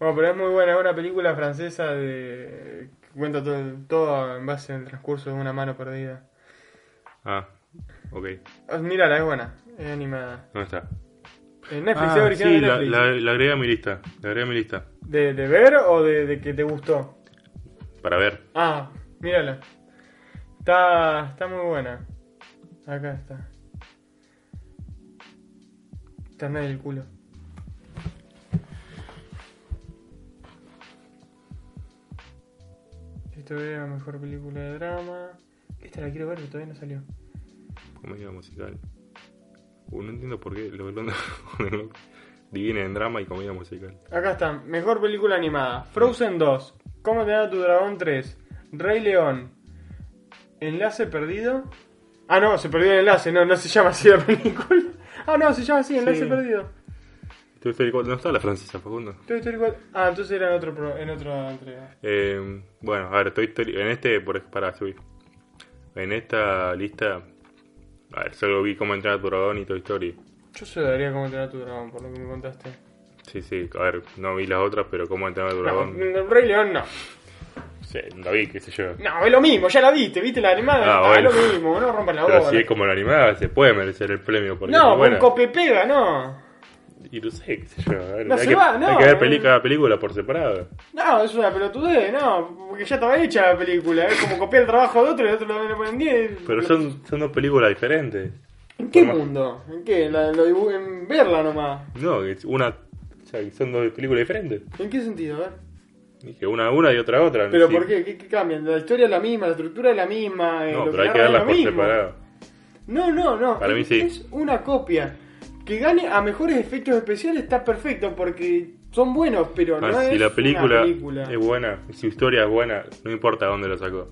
Speaker 1: bueno, pero es muy buena. Es una película francesa de... que cuenta todo, todo en base al transcurso de una mano perdida.
Speaker 2: Ah, ok.
Speaker 1: Ah, Mírala, es buena. Es animada.
Speaker 2: ¿Dónde está?
Speaker 1: En Netflix,
Speaker 2: Ah,
Speaker 1: es original
Speaker 2: sí,
Speaker 1: de
Speaker 2: la,
Speaker 1: Netflix.
Speaker 2: la- la agregué a mi lista. La agregué a mi lista.
Speaker 1: ¿De, de ver o de, de que te gustó?
Speaker 2: Para ver.
Speaker 1: Ah, mírala. Está, está muy buena. Acá está. Está en el culo. Esto era la mejor película de drama. Esta la quiero ver, pero todavía no salió.
Speaker 2: Comedia musical. Uh, no entiendo por qué lo hablando dividen en drama y comedia musical.
Speaker 1: Acá está, mejor película animada. Frozen 2. ¿Cómo te da tu dragón 3? Rey León. Enlace perdido. Ah, no, se perdió el enlace, no, no se llama así la película. Ah, no, se llama así, enlace
Speaker 2: Sí.
Speaker 1: perdido.
Speaker 2: Toy Story 4, no está la francesa, Facundo.
Speaker 1: Toy Story 4. Ah, entonces era en, otro pro- en otra entrega.
Speaker 2: Eh, bueno, a ver, Toy Story. En este, por, para subir. En esta lista. A ver, solo vi cómo entrar a tu dragón y Toy Story.
Speaker 1: Yo se lo daría cómo te da tu dragón, por lo que me contaste.
Speaker 2: Sí, sí, a ver, no vi las otras, pero cómo entrar a tu
Speaker 1: No,
Speaker 2: dragón.
Speaker 1: el Rey León no.
Speaker 2: Sí, la vi, qué sé yo.
Speaker 1: No, es lo mismo, ya la viste, viste la animada.
Speaker 2: Ah,
Speaker 1: Ah,
Speaker 2: bueno.
Speaker 1: Es lo mismo, no rompan la
Speaker 2: Pero
Speaker 1: bola.
Speaker 2: si es como la animada, se puede merecer el premio. Porque
Speaker 1: no,
Speaker 2: es buena.
Speaker 1: un copepega, no.
Speaker 2: Y no sé, qué sé yo. a ver,
Speaker 1: No
Speaker 2: hay,
Speaker 1: se
Speaker 2: que,
Speaker 1: va, no,
Speaker 2: hay que ver
Speaker 1: eh.
Speaker 2: peli- cada película por separado.
Speaker 1: No, es una pelotudez, no, porque ya estaba hecha la película, es como copiar el trabajo de otro y el otro lo le ponen 10.
Speaker 2: Pero son, son dos películas diferentes.
Speaker 1: ¿En qué
Speaker 2: por más-
Speaker 1: mundo? ¿En qué? La- lo dibu- en verla nomás.
Speaker 2: No, es una. O sea, que son dos películas diferentes.
Speaker 1: ¿En qué sentido? A ver.
Speaker 2: Dije, una una y otra otra.
Speaker 1: ¿Pero
Speaker 2: sí.
Speaker 1: por qué? qué? qué cambian? La historia es la misma, la estructura es la misma. eh,
Speaker 2: No,
Speaker 1: lo
Speaker 2: pero hay que
Speaker 1: narra es
Speaker 2: verlas
Speaker 1: lo
Speaker 2: por
Speaker 1: mismo.
Speaker 2: separado.
Speaker 1: No, no, no.
Speaker 2: Para mí
Speaker 1: es,
Speaker 2: sí.
Speaker 1: es una copia. Que gane a mejores efectos especiales está perfecto porque son buenos, pero
Speaker 2: Ah,
Speaker 1: no es
Speaker 2: si la
Speaker 1: una
Speaker 2: película,
Speaker 1: película.
Speaker 2: es buena, si su historia es buena, no importa dónde la sacó.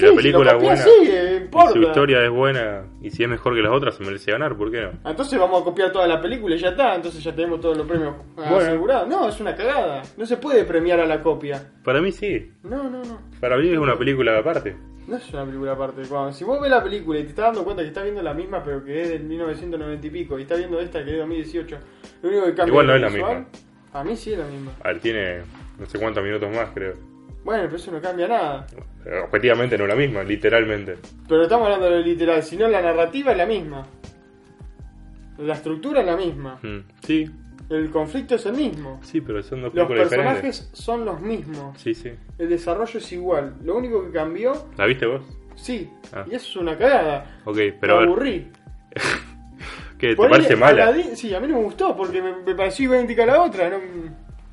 Speaker 1: Sí,
Speaker 2: la
Speaker 1: si
Speaker 2: película
Speaker 1: lo
Speaker 2: es
Speaker 1: copias,
Speaker 2: buena,
Speaker 1: sí, eh,
Speaker 2: y
Speaker 1: importa.
Speaker 2: su historia es buena, y si es mejor que las otras, se merece ganar, ¿por qué no?
Speaker 1: Entonces vamos a copiar toda la película y ya está, entonces ya tenemos todos los premios
Speaker 2: Bueno.
Speaker 1: asegurados. No, es una cagada. No se puede premiar a la copia.
Speaker 2: Para mí sí,
Speaker 1: No, no, no.
Speaker 2: para mí es una película aparte.
Speaker 1: No es una película aparte. Cuando- si vos ves la película y te estás dando cuenta que estás viendo la misma, pero que es del 1990 y pico, y estás viendo esta que es de 2018, lo único que cambia
Speaker 2: Igual no
Speaker 1: lo
Speaker 2: es la
Speaker 1: visual,
Speaker 2: misma.
Speaker 1: A mí sí es la misma.
Speaker 2: A ver, tiene no sé cuántos minutos más, creo.
Speaker 1: Bueno, pero eso no cambia nada.
Speaker 2: Pero objetivamente no es la misma, literalmente.
Speaker 1: Pero estamos hablando de lo literal, si no, la narrativa es la misma. La estructura es la misma.
Speaker 2: Mm, Sí,
Speaker 1: El conflicto es el mismo.
Speaker 2: sí, pero son dos
Speaker 1: Los
Speaker 2: películas
Speaker 1: personajes
Speaker 2: diferentes.
Speaker 1: son los mismos.
Speaker 2: Sí, sí.
Speaker 1: El desarrollo es igual. Lo único que cambió,
Speaker 2: ¿La viste vos?
Speaker 1: sí.
Speaker 2: Ah.
Speaker 1: Y eso es una cagada.
Speaker 2: Ok, pero a
Speaker 1: me
Speaker 2: ver,
Speaker 1: aburrí.
Speaker 2: ¿qué? ¿Te
Speaker 1: Ponele,
Speaker 2: parece mala?
Speaker 1: Aladdin- sí, a mí no me gustó porque me, me pareció idéntica a la otra. No,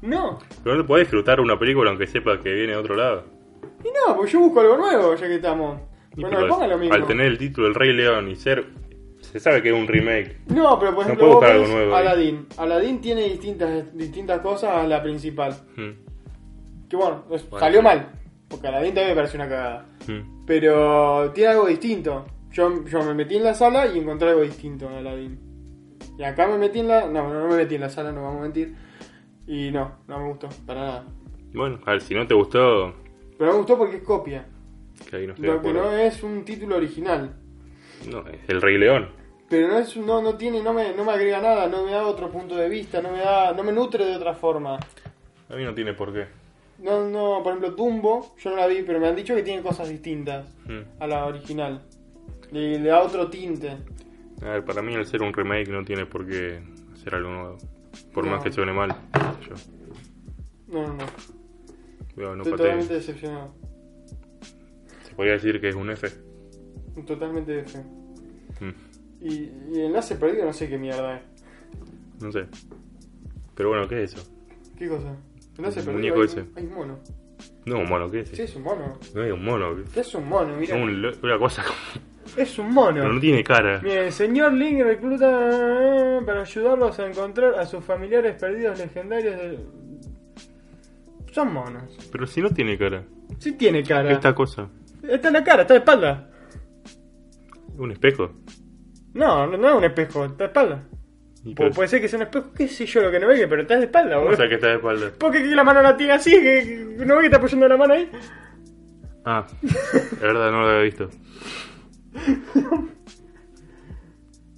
Speaker 1: no.
Speaker 2: Pero no podés disfrutar una película aunque sepa que viene de otro lado.
Speaker 1: Y no, porque yo busco algo nuevo ya que estamos.
Speaker 2: Y
Speaker 1: Bueno,
Speaker 2: pero
Speaker 1: me pongan lo
Speaker 2: al-
Speaker 1: mismo.
Speaker 2: Al tener el título El Rey León y ser. Se sabe que es un remake.
Speaker 1: No, pero por
Speaker 2: No
Speaker 1: ejemplo,
Speaker 2: puedo
Speaker 1: vos
Speaker 2: buscar algo
Speaker 1: ves
Speaker 2: nuevo ahí.
Speaker 1: Aladdin. Aladdin tiene distintas, distintas cosas a la principal.
Speaker 2: Mm,
Speaker 1: Que bueno, es-
Speaker 2: Bueno,
Speaker 1: salió
Speaker 2: sí.
Speaker 1: mal. Porque Aladdin también me pareció una cagada.
Speaker 2: mm.
Speaker 1: Pero tiene algo distinto. Yo, yo me metí en la sala y encontré algo distinto en Aladdin. Y acá me metí en la. No, no me metí en la sala, no vamos a mentir. Y no, no me gustó, para nada.
Speaker 2: Bueno, a ver, si no te gustó.
Speaker 1: Pero me gustó porque es copia.
Speaker 2: Que ahí no estoy de
Speaker 1: Lo que no
Speaker 2: acuerdo.
Speaker 1: es un título original.
Speaker 2: No, es El Rey León.
Speaker 1: Pero no es no, no tiene, no me, no me agrega nada, no me da otro punto de vista, no me da, no me nutre de otra forma.
Speaker 2: A mí no tiene por qué.
Speaker 1: No, no, por ejemplo, Dumbo, yo no la vi, pero me han dicho que tiene cosas distintas
Speaker 2: Mm.
Speaker 1: a la original. Le, le da otro tinte.
Speaker 2: A ver, para mí el ser un remake no tiene por qué hacer algo nuevo. Por
Speaker 1: No.
Speaker 2: más que suene mal. Yo,
Speaker 1: No, no, no.
Speaker 2: cuidado, no
Speaker 1: Estoy
Speaker 2: patees.
Speaker 1: totalmente decepcionado.
Speaker 2: Se podría decir que es un F.
Speaker 1: Totalmente F.
Speaker 2: Mm.
Speaker 1: Y, y enlace perdido no sé qué mierda es.
Speaker 2: No sé. Pero bueno, ¿qué es eso?
Speaker 1: ¿Qué cosa? Enlace
Speaker 2: El
Speaker 1: perdido.
Speaker 2: muñeco
Speaker 1: hay,
Speaker 2: ese.
Speaker 1: hay un mono.
Speaker 2: No, un mono, ¿qué es?
Speaker 1: Sí, es un mono.
Speaker 2: No es un mono.
Speaker 1: ¿Qué es un mono?
Speaker 2: Es
Speaker 1: Mira.
Speaker 2: un lo- una cosa como...
Speaker 1: Es un mono.
Speaker 2: No, no tiene cara.
Speaker 1: Mire, el señor Link recluta eh, para ayudarlos a encontrar a sus familiares perdidos legendarios del... Son monos.
Speaker 2: Pero si no tiene cara.
Speaker 1: Sí tiene
Speaker 2: ¿Qué
Speaker 1: cara.
Speaker 2: esta cosa?
Speaker 1: Está en la cara, está de espalda.
Speaker 2: ¿Un espejo?
Speaker 1: No, no, no es un espejo, está de espalda.
Speaker 2: Y
Speaker 1: Pu-
Speaker 2: pero-
Speaker 1: puede ser que sea un espejo, qué sé yo lo que no ve, pero está de espalda,
Speaker 2: ¿Cómo
Speaker 1: boludo.
Speaker 2: sabes que está de espalda?
Speaker 1: ¿Por qué la mano la tiene así? ¿Que- que ¿No ve que está apoyando la mano ahí?
Speaker 2: Ah, es verdad, no lo había visto.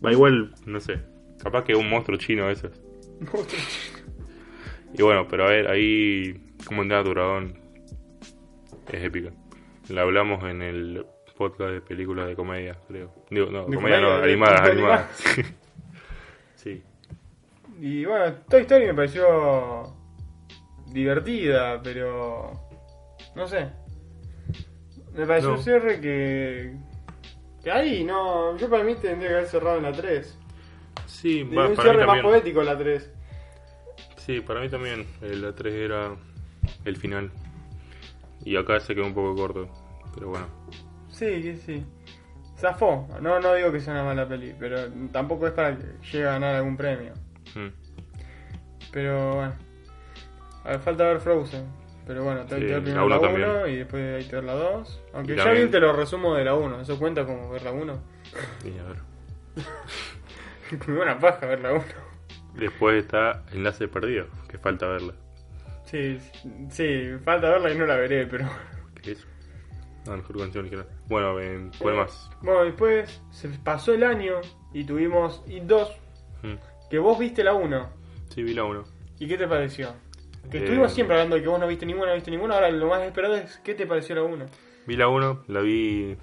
Speaker 2: Va igual, no sé. Capaz que un monstruo chino de esos. Y bueno, pero a ver, ahí. Como entrada Turagón es épica. La hablamos en el podcast de películas de comedia, creo. Digo, no,
Speaker 1: De
Speaker 2: comedia no,
Speaker 1: comedia, de-
Speaker 2: animadas,
Speaker 1: de
Speaker 2: animadas. sí.
Speaker 1: Y bueno, Toy Story me pareció divertida, pero no sé. Me pareció
Speaker 2: No.
Speaker 1: un cierre que que ahí no, yo para mí tendría que haber cerrado en la 3.
Speaker 2: Sí,
Speaker 1: Y
Speaker 2: va,
Speaker 1: un
Speaker 2: para mí
Speaker 1: cierre más
Speaker 2: también.
Speaker 1: poético en la 3.
Speaker 2: Sí, para mí también. eh, La 3 era el final. Y acá se quedó un poco corto. Pero bueno.
Speaker 1: Sí, sí, sí. Zafó. No, no digo que sea una mala peli, pero tampoco es para que llegue a ganar algún premio.
Speaker 2: Mm.
Speaker 1: Pero bueno. A ver, falta ver Frozen. Pero bueno, tengo
Speaker 2: Sí,
Speaker 1: que ver
Speaker 2: la
Speaker 1: primero
Speaker 2: uno
Speaker 1: la
Speaker 2: también.
Speaker 1: 1 y después hay que ver la 2. Aunque
Speaker 2: Y
Speaker 1: ya
Speaker 2: también-
Speaker 1: vi te lo resumo de la 1. ¿Eso cuenta como ver la 1?
Speaker 2: Y a ver.
Speaker 1: Me da una paja ver la 1.
Speaker 2: Después está Enlace Perdido, que falta verla.
Speaker 1: Sí, sí, falta verla y no la veré, pero...
Speaker 2: ¿Qué es? Ah, La mejor canción original. Bueno, eh, ¿cuál más?
Speaker 1: Bueno, después se pasó el año y tuvimos It 2,
Speaker 2: Mm.
Speaker 1: que vos viste la 1.
Speaker 2: Sí, vi la 1.
Speaker 1: ¿Y qué te pareció? Que
Speaker 2: Eh,
Speaker 1: estuvimos siempre hablando de que vos no viste ninguna, no viste ninguna. Ahora lo más esperado es qué te pareció la 1.
Speaker 2: Vi la 1, la vi...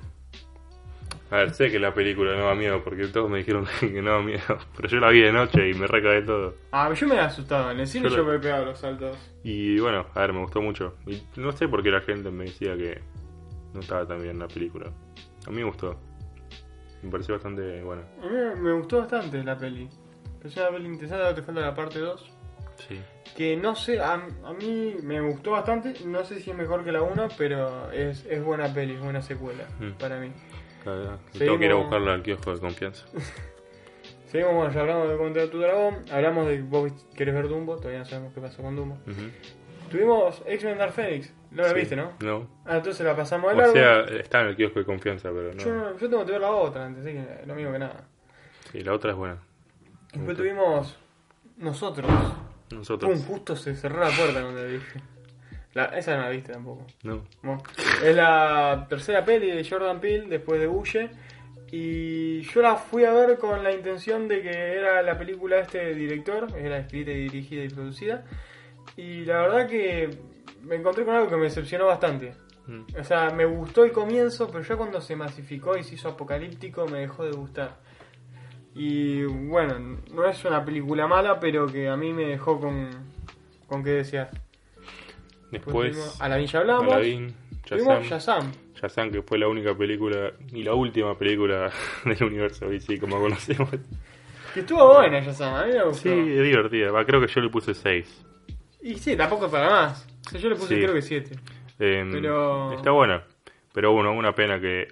Speaker 2: A ver, sé que la película no da miedo, porque todos me dijeron que no da miedo. Pero yo la vi de noche y me recagué todo.
Speaker 1: Ah, yo me he asustado. En el cine
Speaker 2: Yo
Speaker 1: yo,
Speaker 2: la-
Speaker 1: me he pegado los saltos.
Speaker 2: Y bueno, a ver, me gustó mucho. Y no sé por qué la gente me decía que no estaba tan bien la película. A mí me gustó. Me pareció bastante buena.
Speaker 1: A mí Eh, me gustó bastante la peli. Es una peli interesante, ahora te falta la parte 2.
Speaker 2: Sí.
Speaker 1: Que no sé, a, a mí me gustó bastante. No sé si es mejor que la 1, pero es, es buena peli, es buena secuela
Speaker 2: Mm.
Speaker 1: para mí.
Speaker 2: Tengo que ir a
Speaker 1: Seguimos.
Speaker 2: buscarla al kiosco de confianza.
Speaker 1: Seguimos, bueno, ya hablamos de Contra tu Dragón. Hablamos de vos querés ver Dumbo, todavía no sabemos qué pasó con Dumbo.
Speaker 2: Ujú.
Speaker 1: Tuvimos X-Men Dark Phoenix, no la
Speaker 2: Sí.
Speaker 1: viste, ¿no?
Speaker 2: No.
Speaker 1: Ah, entonces la pasamos al
Speaker 2: O
Speaker 1: largo.
Speaker 2: sea, está en el kiosco de confianza, pero
Speaker 1: yo,
Speaker 2: no.
Speaker 1: no- yo tengo que ver la otra antes, así que lo mismo que nada.
Speaker 2: Sí, la otra es buena.
Speaker 1: Después
Speaker 2: Ok.
Speaker 1: tuvimos nosotros. Pum,
Speaker 2: Nosotros.
Speaker 1: justo se cerró la puerta cuando la dije. La- esa no la viste tampoco.
Speaker 2: No.
Speaker 1: Bueno, es la tercera peli de Jordan Peele después de Huye. Y yo la fui a ver con la intención de que era la película de este director, era escrita y dirigida y producida. Y la verdad que me encontré con algo que me decepcionó bastante.
Speaker 2: Mm.
Speaker 1: O sea, me gustó el comienzo, pero ya cuando se masificó y se hizo apocalíptico me dejó de gustar. Y bueno, no es una película mala, pero que a mí me dejó con, con qué desear.
Speaker 2: Después.
Speaker 1: tuvimos Aladdin ya hablamos.
Speaker 2: Pues, Aladdin,
Speaker 1: Tuvimos
Speaker 2: Shazam.
Speaker 1: Shazam.
Speaker 2: Shazam, que fue la única película y la última película del universo DC, como conocemos.
Speaker 1: Que estuvo buena Shazam, a mí me gustó.
Speaker 2: Sí, es divertida. Va, creo que yo le puse 6.
Speaker 1: Y sí, tampoco es para más. O sea, yo le puse
Speaker 2: Sí.
Speaker 1: creo que 7.
Speaker 2: Em,
Speaker 1: Pero-
Speaker 2: Está buena. Pero bueno, una pena que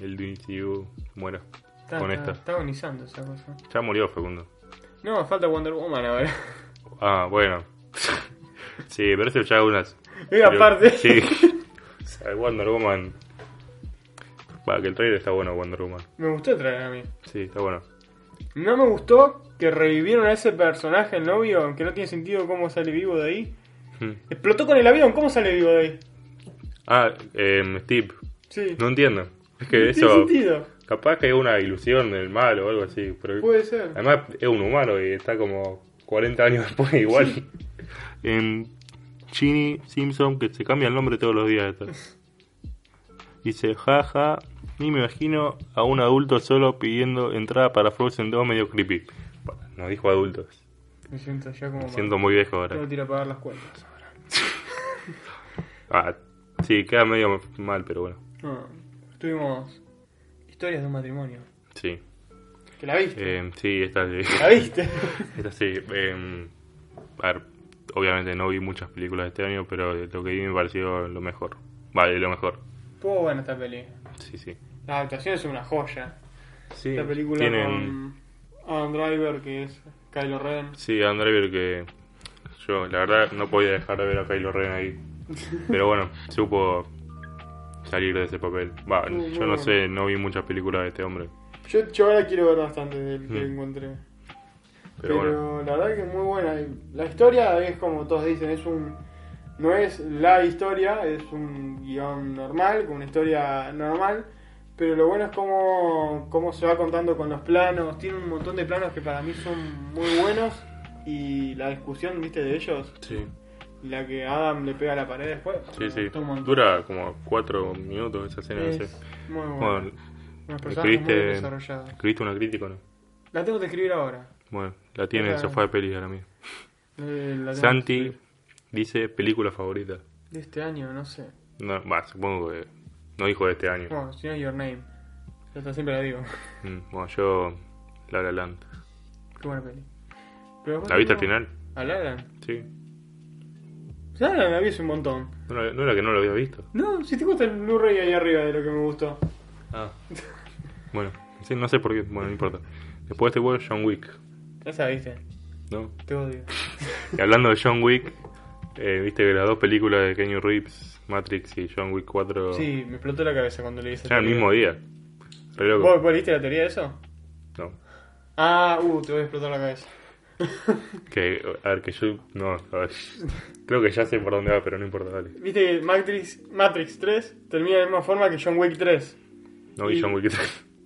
Speaker 2: el DCU muera
Speaker 1: Está,
Speaker 2: con
Speaker 1: está,
Speaker 2: esta.
Speaker 1: está agonizando esa cosa.
Speaker 2: Ya murió Facundo.
Speaker 1: No, falta Wonder Woman ahora.
Speaker 2: Ah, bueno. sí, pero eso ya es una...
Speaker 1: Y aparte.
Speaker 2: Sí. O sea, Wonder Woman... Va, que el trailer está bueno, Wonder Woman.
Speaker 1: Me gustó traer a mí.
Speaker 2: Sí, está bueno.
Speaker 1: No me gustó que revivieron a ese personaje, el novio, aunque no tiene sentido cómo sale vivo de ahí.
Speaker 2: Hmm.
Speaker 1: Explotó con el avión, ¿cómo sale vivo de ahí?
Speaker 2: Ah, em, Steve.
Speaker 1: Sí.
Speaker 2: No entiendo. Es que
Speaker 1: tiene
Speaker 2: eso...
Speaker 1: sentido.
Speaker 2: Capaz que es una ilusión del malo o algo así. Pero...
Speaker 1: Puede ser.
Speaker 2: Además, es un humano y está como 40 años después igual. Em, Chini Simpson, que se cambia el nombre todos los días. esto. Dice, jaja, ni me imagino a un adulto solo pidiendo entrada para Frozen 2 medio creepy. Bueno, no dijo adultos.
Speaker 1: Me siento ya como.
Speaker 2: Me siento muy viejo ahora.
Speaker 1: Tengo que ir a pagar las cuentas.
Speaker 2: Ah, sí, queda medio mal, pero bueno.
Speaker 1: No, tuvimos historias de un matrimonio.
Speaker 2: Sí.
Speaker 1: ¿Que la viste?
Speaker 2: Eh, sí, esta sí.
Speaker 1: ¿La viste?
Speaker 2: Esta sí. eh, a ver, obviamente no vi muchas películas este año, pero de lo que vi me pareció lo mejor. Vale, lo mejor.
Speaker 1: Estuvo buena esta peli.
Speaker 2: Sí, sí.
Speaker 1: La adaptación es una joya.
Speaker 2: Sí,
Speaker 1: Esta película
Speaker 2: tienen...
Speaker 1: con Adam Driver, que es Kylo Ren.
Speaker 2: Sí, Adam Driver que yo la verdad no podía dejar de ver a Kylo Ren ahí. Pero bueno, supo salir de ese papel. Va,
Speaker 1: Muy
Speaker 2: yo no
Speaker 1: bueno.
Speaker 2: sé, no vi muchas películas de este hombre.
Speaker 1: Yo, yo ahora quiero ver bastante del que
Speaker 2: Mm.
Speaker 1: encontré.
Speaker 2: Pero
Speaker 1: Pero,
Speaker 2: bueno,
Speaker 1: la verdad que es muy buena. La historia es como todos dicen, es un no es la historia, es un guión normal, con una historia normal. Pero lo bueno es cómo, cómo se va contando con los planos. Tiene un montón de planos que para mí son muy buenos. Y la discusión, viste, de ellos,
Speaker 2: sí,
Speaker 1: la que Adam le pega a la pared después.
Speaker 2: sí, sí.
Speaker 1: está un montón.
Speaker 2: Dura como cuatro minutos esa escena, no sé.
Speaker 1: Es muy bueno.
Speaker 2: Bueno,
Speaker 1: Unos personajes muy
Speaker 2: escribiste,
Speaker 1: desarrollados.
Speaker 2: escribiste una crítica, o ¿no?
Speaker 1: La tengo que escribir ahora.
Speaker 2: Bueno, la tiene en el
Speaker 1: Claro.
Speaker 2: sofá de peli ahora mismo.
Speaker 1: Eh, la tengo que
Speaker 2: Santi
Speaker 1: escribir.
Speaker 2: dice película favorita.
Speaker 1: De este año, no sé.
Speaker 2: No, va, supongo que no dijo de este año.
Speaker 1: Bueno, si no es Your Name. Yo hasta siempre la digo.
Speaker 2: Mm, Bueno, yo La La Land.
Speaker 1: Qué buena peli. Pero después
Speaker 2: ¿La viste al
Speaker 1: tengo-
Speaker 2: final?
Speaker 1: ¿A La La Land?
Speaker 2: Sí.
Speaker 1: La La Land la vi hace un montón.
Speaker 2: No, era- no era que no lo había visto.
Speaker 1: No, si te gusta el Blu-ray ahí arriba de lo que me gustó.
Speaker 2: Ah. Bueno, sí, no sé por qué. Bueno, no importa. Después de este juego, John Wick.
Speaker 1: Ya sabiste.
Speaker 2: ¿no?
Speaker 1: Te odio.
Speaker 2: Y hablando de John Wick, eh, viste que las dos películas de Kenny Reeves, Matrix y John Wick 4,
Speaker 1: Sí, me explotó la cabeza cuando le hice
Speaker 2: eran el mismo día. Re loco.
Speaker 1: ¿Vos, vos leíste la teoría de eso?
Speaker 2: No.
Speaker 1: Ah, uh, te voy a explotar la cabeza.
Speaker 2: Que, a ver, que yo. No, a ver. Creo que ya sé por dónde va, pero no importa, dale.
Speaker 1: Viste que Matrix, Matrix 3 termina de la misma forma que John Wick 3.
Speaker 2: No vi
Speaker 1: Y-
Speaker 2: John Wick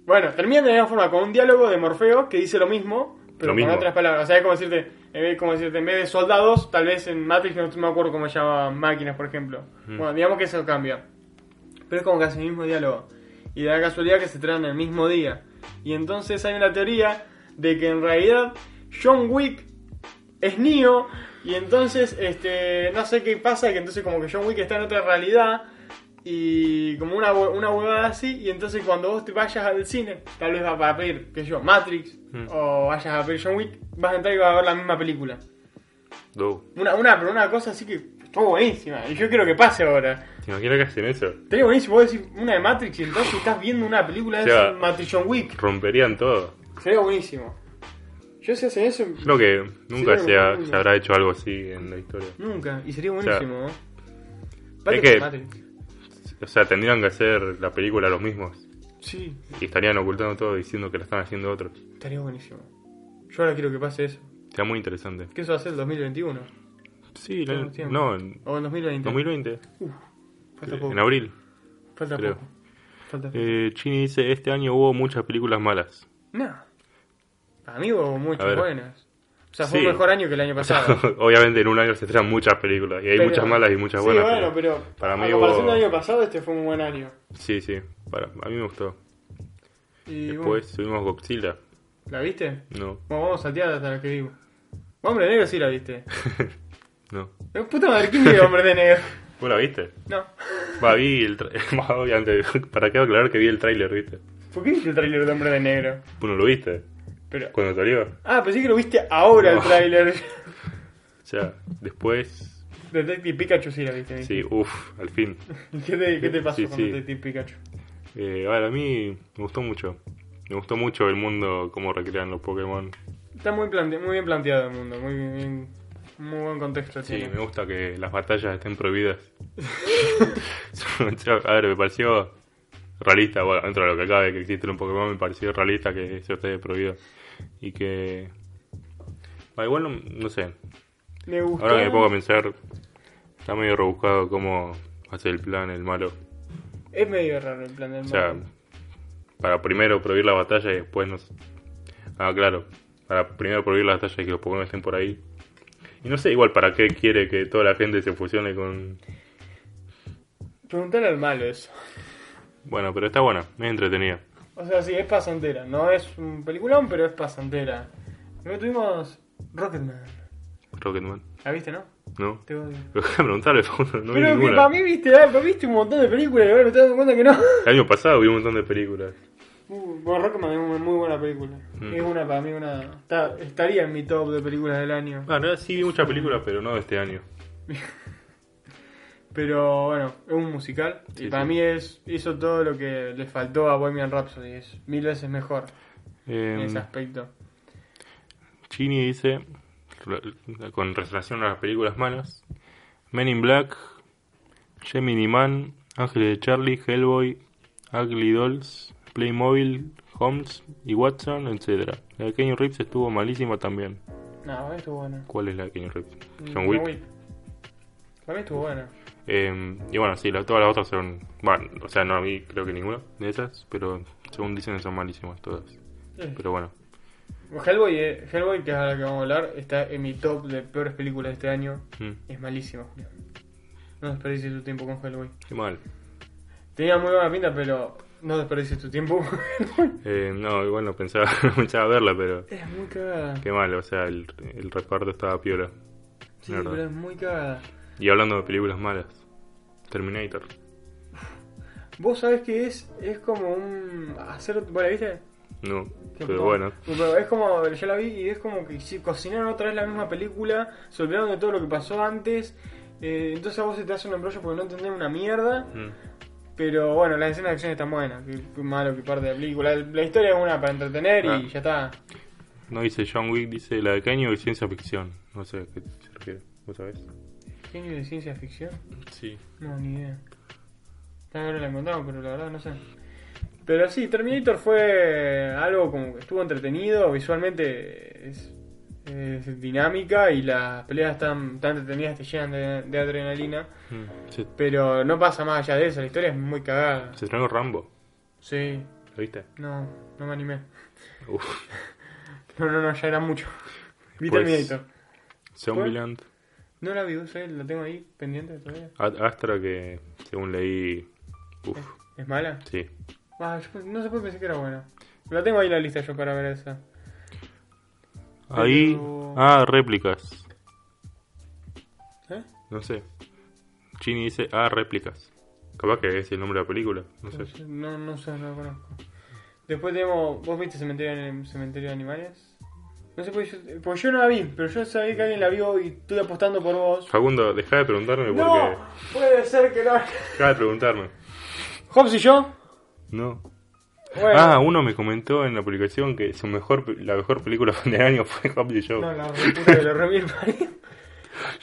Speaker 1: Bueno, termina de la misma forma con un diálogo de Morfeo que dice lo mismo, pero
Speaker 2: Lo
Speaker 1: con
Speaker 2: mismo.
Speaker 1: otras palabras. O sea, es como decirte, en vez, como decirte, en vez de soldados, tal vez en Matrix no me acuerdo cómo se llama máquinas, por ejemplo.
Speaker 2: Mm.
Speaker 1: Bueno, digamos que eso cambia. Pero es como que hace el mismo diálogo. Y da la casualidad que se traen el mismo día. Y entonces hay una teoría de que en realidad John Wick es Neo y entonces este no sé qué pasa que entonces como que John Wick está en otra realidad y como una hue- una huevada así y entonces cuando vos te vayas al cine tal vez vas a pedir que yo Matrix
Speaker 2: Mm.
Speaker 1: o vayas a pedir John Wick vas a entrar y vas a ver la misma película
Speaker 2: Do.
Speaker 1: una una pero una cosa así que estuvo buenísima y yo quiero que pase ahora
Speaker 2: ¿Te imaginas que hacen eso?
Speaker 1: Estaría buenísimo vos decís una de Matrix y entonces estás viendo una película
Speaker 2: O
Speaker 1: de
Speaker 2: sea,
Speaker 1: Matrix John Wick
Speaker 2: Romperían todo.
Speaker 1: sería buenísimo yo si hacen eso
Speaker 2: Creo que nunca
Speaker 1: Sí,
Speaker 2: se, ha-
Speaker 1: nunca.
Speaker 2: se habrá hecho algo así en la historia.
Speaker 1: nunca y sería
Speaker 2: sea,
Speaker 1: buenísimo ¿no?
Speaker 2: es
Speaker 1: Aparte
Speaker 2: que-
Speaker 1: Matrix
Speaker 2: O sea, tendrían que hacer la película los mismos.
Speaker 1: sí
Speaker 2: Y estarían ocultando todo diciendo que la están haciendo otros.
Speaker 1: Estaría buenísimo. Yo ahora quiero que pase eso.
Speaker 2: Está muy interesante.
Speaker 1: Que eso va a ser el 2021.
Speaker 2: Sí,
Speaker 1: Todo
Speaker 2: la-
Speaker 1: el tiempo.
Speaker 2: no, en
Speaker 1: O en 2020.
Speaker 2: 2020.
Speaker 1: Falta poco.
Speaker 2: En abril.
Speaker 1: Falta
Speaker 2: creo.
Speaker 1: poco. Falta poco.
Speaker 2: Eh, Chini dice, este año hubo muchas películas malas.
Speaker 1: No. Para mí hubo
Speaker 2: A
Speaker 1: muchas
Speaker 2: ver.
Speaker 1: buenas. O sea, fue
Speaker 2: Sí.
Speaker 1: un mejor año que el año
Speaker 2: O sea,
Speaker 1: pasado.
Speaker 2: obviamente en un año se traen muchas películas. Y hay
Speaker 1: Pero-
Speaker 2: muchas malas y muchas buenas.
Speaker 1: Sí, bueno, pero.
Speaker 2: para mí
Speaker 1: a comparación
Speaker 2: hubo-
Speaker 1: del año pasado, este fue un buen año.
Speaker 2: Sí, sí. Para, a mí me gustó.
Speaker 1: Y
Speaker 2: Después subimos Godzilla.
Speaker 1: bueno, ¿La viste?
Speaker 2: No,
Speaker 1: Bueno, vamos a saltear hasta la que vivo. Hombre de negro sí la viste.
Speaker 2: no.
Speaker 1: Eh, Puta madre, ¿quién vio hombre de negro?
Speaker 2: ¿Vos la viste?
Speaker 1: No.
Speaker 2: Va, vi el tra- Va, obviamente, para qué aclarar que vi el tráiler, ¿viste?
Speaker 1: ¿Por qué viste el tráiler de hombre de negro?
Speaker 2: Vos no lo viste
Speaker 1: Pero.
Speaker 2: cuando salió.
Speaker 1: Ah, pensé que lo viste ahora
Speaker 2: No.
Speaker 1: el tráiler.
Speaker 2: O sea, después...
Speaker 1: Detective Pikachu sí la viste.
Speaker 2: Sí, uff, al fin.
Speaker 1: ¿Qué te, qué te pasó
Speaker 2: Sí,
Speaker 1: con
Speaker 2: sí.
Speaker 1: Detective Pikachu?
Speaker 2: Eh, a, ver, a mí me gustó mucho. Me gustó mucho el mundo, cómo recrean los Pokémon.
Speaker 1: Está muy, plante- muy bien planteado el mundo, muy bien, muy buen contexto
Speaker 2: Sí,
Speaker 1: tiene.
Speaker 2: me gusta que las batallas estén prohibidas. a ver, me pareció realista, bueno, dentro de lo que cabe que existe un Pokémon, me pareció realista que eso esté prohibido. Y que... Ah, igual no, no sé,
Speaker 1: Me gustó.
Speaker 2: ahora que me pongo a pensar, está medio rebuscado cómo hace el plan el malo.
Speaker 1: Es medio raro el plan del
Speaker 2: O sea,
Speaker 1: mundo.
Speaker 2: para primero prohibir la batalla y después nos... Ah, claro. Para primero prohibir la batalla y que los Pokémon estén por ahí. Y no sé igual para qué quiere que toda la gente se fusione con...
Speaker 1: Preguntar al malo eso.
Speaker 2: Bueno, pero está buena, es entretenida.
Speaker 1: O sea, sí, es pasantera. No es un peliculón, pero es pasantera. Luego tuvimos Rocketman.
Speaker 2: Rocketman,
Speaker 1: ¿La viste, no?
Speaker 2: ¿no?
Speaker 1: Te odio.
Speaker 2: Pero déjame preguntarle, por favor, no vi
Speaker 1: pero que
Speaker 2: ninguna.
Speaker 1: para mí viste, ah, pero viste un montón de películas y ahora me estoy dando cuenta que no.
Speaker 2: El año pasado vi un montón de películas.
Speaker 1: Uh, bueno, Rocketman es una muy buena película.
Speaker 2: Mm.
Speaker 1: Es una, para mí, una. está- estaría en mi top de películas del año.
Speaker 2: Ah, no, sí vi muchas películas, pero no de este año.
Speaker 1: Pero bueno, es un musical. y
Speaker 2: Sí,
Speaker 1: para
Speaker 2: sí.
Speaker 1: mí es hizo todo lo que le faltó a Bohemian Rhapsody. Es mil veces mejor en
Speaker 2: Eh,
Speaker 1: ese aspecto.
Speaker 2: Chini dice, con relación a las películas malas, Men in Black, Gemini Man, Ángeles de Charlie, Hellboy, Ugly Dolls, Playmobil, Holmes y Watson, etc. La de Kenny Reeves estuvo malísima también.
Speaker 1: No, estuvo bueno.
Speaker 2: ¿Cuál es la de Kenny Reeves? John Wick.
Speaker 1: Para mí estuvo bueno.
Speaker 2: Eh, y bueno, sí, la- todas las otras son... Bueno, o sea, no a mí creo que ninguna de esas, pero según dicen son malísimas todas.
Speaker 1: Sí.
Speaker 2: Pero bueno,
Speaker 1: Hellboy, eh, Hellboy, que es a la que vamos a hablar, está en mi top de peores películas de este año.
Speaker 2: mm,
Speaker 1: Es malísimo, Julián. No desperdicies tu tiempo con Hellboy.
Speaker 2: qué mal.
Speaker 1: Tenía muy buena pinta, pero no desperdicies tu tiempo.
Speaker 2: Eh, no, igual no pensaba, no pensaba verla, pero...
Speaker 1: es muy cagada.
Speaker 2: Qué mal, o sea, el, el reparto estaba piola.
Speaker 1: Sí,
Speaker 2: Mierda.
Speaker 1: pero es muy cagada.
Speaker 2: Y hablando de películas malas, Terminator.
Speaker 1: Vos sabés que es, es como un. hacer. Bueno, ¿viste?
Speaker 2: No,
Speaker 1: Que
Speaker 2: pero
Speaker 1: como-
Speaker 2: bueno.
Speaker 1: pero es como, yo la vi y es como que si cocinaron otra vez la misma película, se olvidaron de todo lo que pasó antes. eh, entonces a vos se te hace un embrollo porque no entendés una mierda.
Speaker 2: Mm.
Speaker 1: Pero bueno, las escenas de acción están buenas. Qué, qué malo que parte de la película. La, la historia es una para entretener
Speaker 2: Ah.
Speaker 1: y ya está.
Speaker 2: No dice John Wick, dice la de Caño y ciencia ficción. No sé a qué se refiere, ¿vos sabés?
Speaker 1: ¿Genio de ciencia ficción?
Speaker 2: Sí.
Speaker 1: No, ni idea. Tal vez no la encontramos, pero la verdad no sé. Pero sí, Terminator fue algo como que estuvo entretenido, visualmente es, es dinámica y las peleas están tan entretenidas, te llenan de, de adrenalina.
Speaker 2: Mm. Se,
Speaker 1: Pero no pasa más allá de eso, la historia es muy cagada.
Speaker 2: se estrenó Rambo,
Speaker 1: Sí,
Speaker 2: ¿lo viste?
Speaker 1: no, no me animé.
Speaker 2: Uf.
Speaker 1: No, no, no, ya era mucho. Vi
Speaker 2: Pues-
Speaker 1: Terminator.
Speaker 2: Zombieland,
Speaker 1: No la vi, o sea, la tengo ahí pendiente todavía.
Speaker 2: Ad- Astra que según leí... Uf,
Speaker 1: ¿Es mala?
Speaker 2: sí.
Speaker 1: Ah, yo no sé por qué pensé que era buena. La tengo ahí en la lista yo para ver esa.
Speaker 2: Ahí...
Speaker 1: Pero-
Speaker 2: Ah, réplicas.
Speaker 1: ¿Eh?
Speaker 2: No sé. Chini dice, ah, réplicas. Capaz que es el nombre de la película, no sé.
Speaker 1: No, no sé, no lo conozco. Después tenemos. ¿Vos viste Cementerio, de- Cementerio de Animales? No sé, pues yo, porque yo no la vi, pero yo sabía que alguien la vio y estoy apostando por vos.
Speaker 2: Facundo, deja de preguntarme porque.
Speaker 1: ¡No! Puede ser que no.
Speaker 2: Deja de preguntarme.
Speaker 1: ¿Hobbs y yo?
Speaker 2: No.
Speaker 1: Bueno.
Speaker 2: Ah, uno me comentó en la publicación que su mejor pe- la mejor película del año fue Hop the Show.
Speaker 1: No, la reputa que lo remil parió.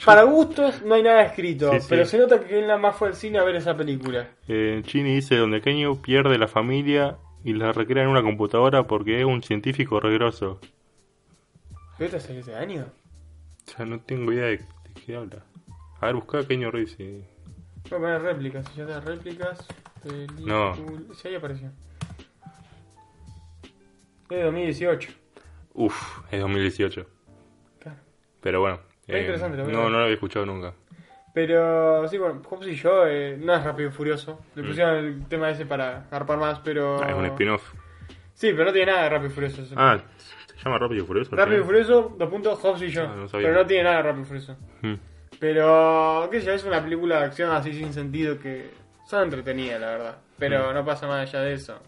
Speaker 1: Para gustos no hay nada escrito,
Speaker 2: Sí, sí.
Speaker 1: pero se nota que él nada más fue al cine a ver esa película.
Speaker 2: Eh, Chini dice donde Kenyo pierde la familia y la recrea en una computadora porque es un científico regreso.
Speaker 1: ¿Esta salió este año?
Speaker 2: O sea, no tengo idea de, de qué habla. A ver, busca a Kenyo Reeves y-
Speaker 1: Voy a poner réplicas, ya está, réplicas.
Speaker 2: No.
Speaker 1: película- Sí, ahí apareció. Es de 2018.
Speaker 2: Uf, es 2018.
Speaker 1: Claro.
Speaker 2: Pero bueno. eh,
Speaker 1: Está interesante, ¿eh? lo voy a
Speaker 2: no,
Speaker 1: ver.
Speaker 2: no lo había escuchado nunca.
Speaker 1: Pero sí, bueno, Hobbs y yo eh, no es rápido y furioso. Le pusieron el tema ese para garpar más, pero.
Speaker 2: Mm. Ah, es un spin-off.
Speaker 1: Sí, pero no tiene nada de rápido y furioso. eso.
Speaker 2: Ah, se llama Rápido y Furioso.
Speaker 1: rápido y
Speaker 2: ¿sí?
Speaker 1: furioso, dos puntos, Hobbs y yo.
Speaker 2: Ah, no sabía.
Speaker 1: pero no tiene nada de rápido y furioso.
Speaker 2: Mm.
Speaker 1: Pero, qué sé yo, es una película de acción así sin sentido que son entretenidas, la verdad.
Speaker 2: Mm.
Speaker 1: Pero no pasa más allá de eso.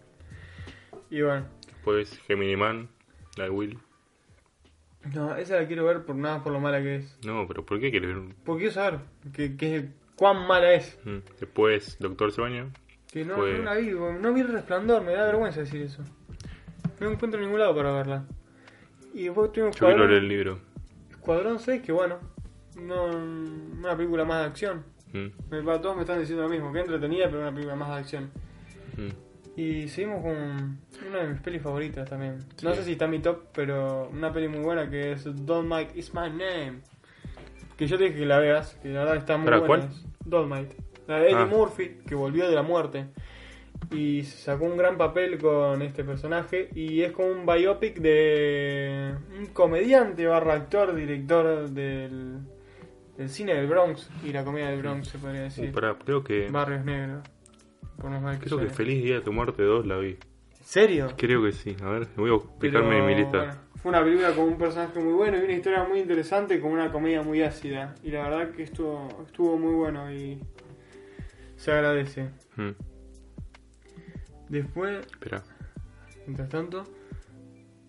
Speaker 1: Y bueno,
Speaker 2: Después Gemini Man, la de Will.
Speaker 1: no, esa la quiero ver por nada más por lo mala que es.
Speaker 2: No, pero ¿por qué quieres ver? un-
Speaker 1: Porque quiero saber que, que- cuán mala es.
Speaker 2: Mm. Después Doctor Sueño.
Speaker 1: Que no,
Speaker 2: Fue-
Speaker 1: no la vi, no vi el resplandor, me da vergüenza decir eso. No encuentro ningún lado para verla. Y después tuvimos
Speaker 2: Yo quiero
Speaker 1: Escuadrón,
Speaker 2: leer el libro.
Speaker 1: Escuadrón 6, que bueno, no, una película más de acción.
Speaker 2: Mm,
Speaker 1: Me, para todos me están diciendo lo mismo, que entretenida, pero una película más de acción.
Speaker 2: mm.
Speaker 1: Y seguimos con una de mis pelis favoritas también. No
Speaker 2: Sí.
Speaker 1: sé si está en mi top, pero una peli muy buena que es Dolmite Is My Name. Que yo te dije que la veas, que la verdad está muy
Speaker 2: ¿Para
Speaker 1: buena.
Speaker 2: cuál?
Speaker 1: Dolmite. La de Eddie
Speaker 2: Ah.
Speaker 1: Murphy, que volvió de la muerte. y sacó un gran papel con este personaje y es como un biopic de un comediante barra actor, director del, del cine del Bronx y la comida del Bronx se podría decir.
Speaker 2: Pará, creo que.
Speaker 1: Barrios Negros. Por más mal que
Speaker 2: Creo que
Speaker 1: suene.
Speaker 2: Feliz Día de tu Muerte 2 la vi.
Speaker 1: ¿En serio?
Speaker 2: Creo que sí. A ver, voy a
Speaker 1: Pero,
Speaker 2: fijarme en mi lista.
Speaker 1: bueno, fue una película con un personaje muy bueno y una historia muy interesante con una comedia muy ácida. Y la verdad que estuvo, estuvo muy bueno y se agradece.
Speaker 2: Mm,
Speaker 1: Después,
Speaker 2: espera.
Speaker 1: mientras tanto...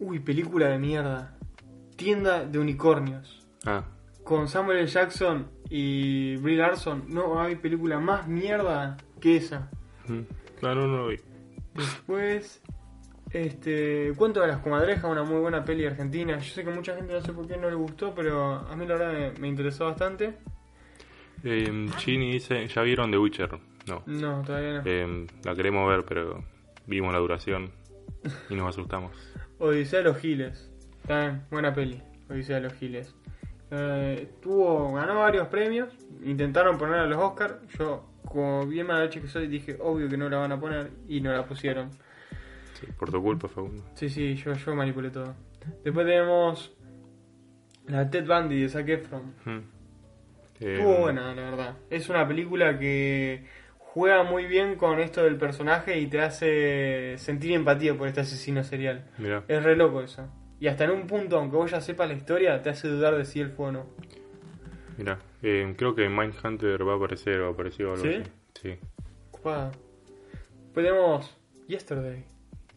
Speaker 1: Uy, película de mierda. Tienda de unicornios.
Speaker 2: Ah,
Speaker 1: Con Samuel L. Jackson y Brie Larson. No hay película más mierda que esa.
Speaker 2: mm. no, no, no lo vi.
Speaker 1: Después, este, Cuento de las Comadrejas, una muy buena peli argentina. Yo sé que mucha gente no sé por qué no le gustó, pero a mí la verdad me, me interesó bastante.
Speaker 2: Eh, Chini dice: ¿Ya vieron The Witcher? No.
Speaker 1: No, todavía no.
Speaker 2: Eh, la queremos ver, pero vimos la duración y nos asustamos.
Speaker 1: Odisea de los Giles. También, buena peli. Odisea de los Giles. Eh, tuvo, ganó varios premios. Intentaron poner a los Oscars. Yo, como bien malache que soy, dije obvio que no la van a poner y no la pusieron.
Speaker 2: Sí, por tu culpa, Facundo.
Speaker 1: Sí, sí, yo, yo manipulé todo. Después tenemos la Ted Bundy de Zac Efron.
Speaker 2: Mm.
Speaker 1: Estuvo
Speaker 2: Eh,
Speaker 1: buena, la verdad. Es una película que juega muy bien con esto del personaje y te hace sentir empatía por este asesino serial.
Speaker 2: Mirá.
Speaker 1: Es re loco eso. Y hasta en un punto, aunque vos ya sepas la historia, te hace dudar de si él fue o no.
Speaker 2: Mira, Em, creo que Mindhunter va a aparecer o apareció algo
Speaker 1: ¿Sí?
Speaker 2: así. Sí.
Speaker 1: Ocupada. Después tenemos Yesterday,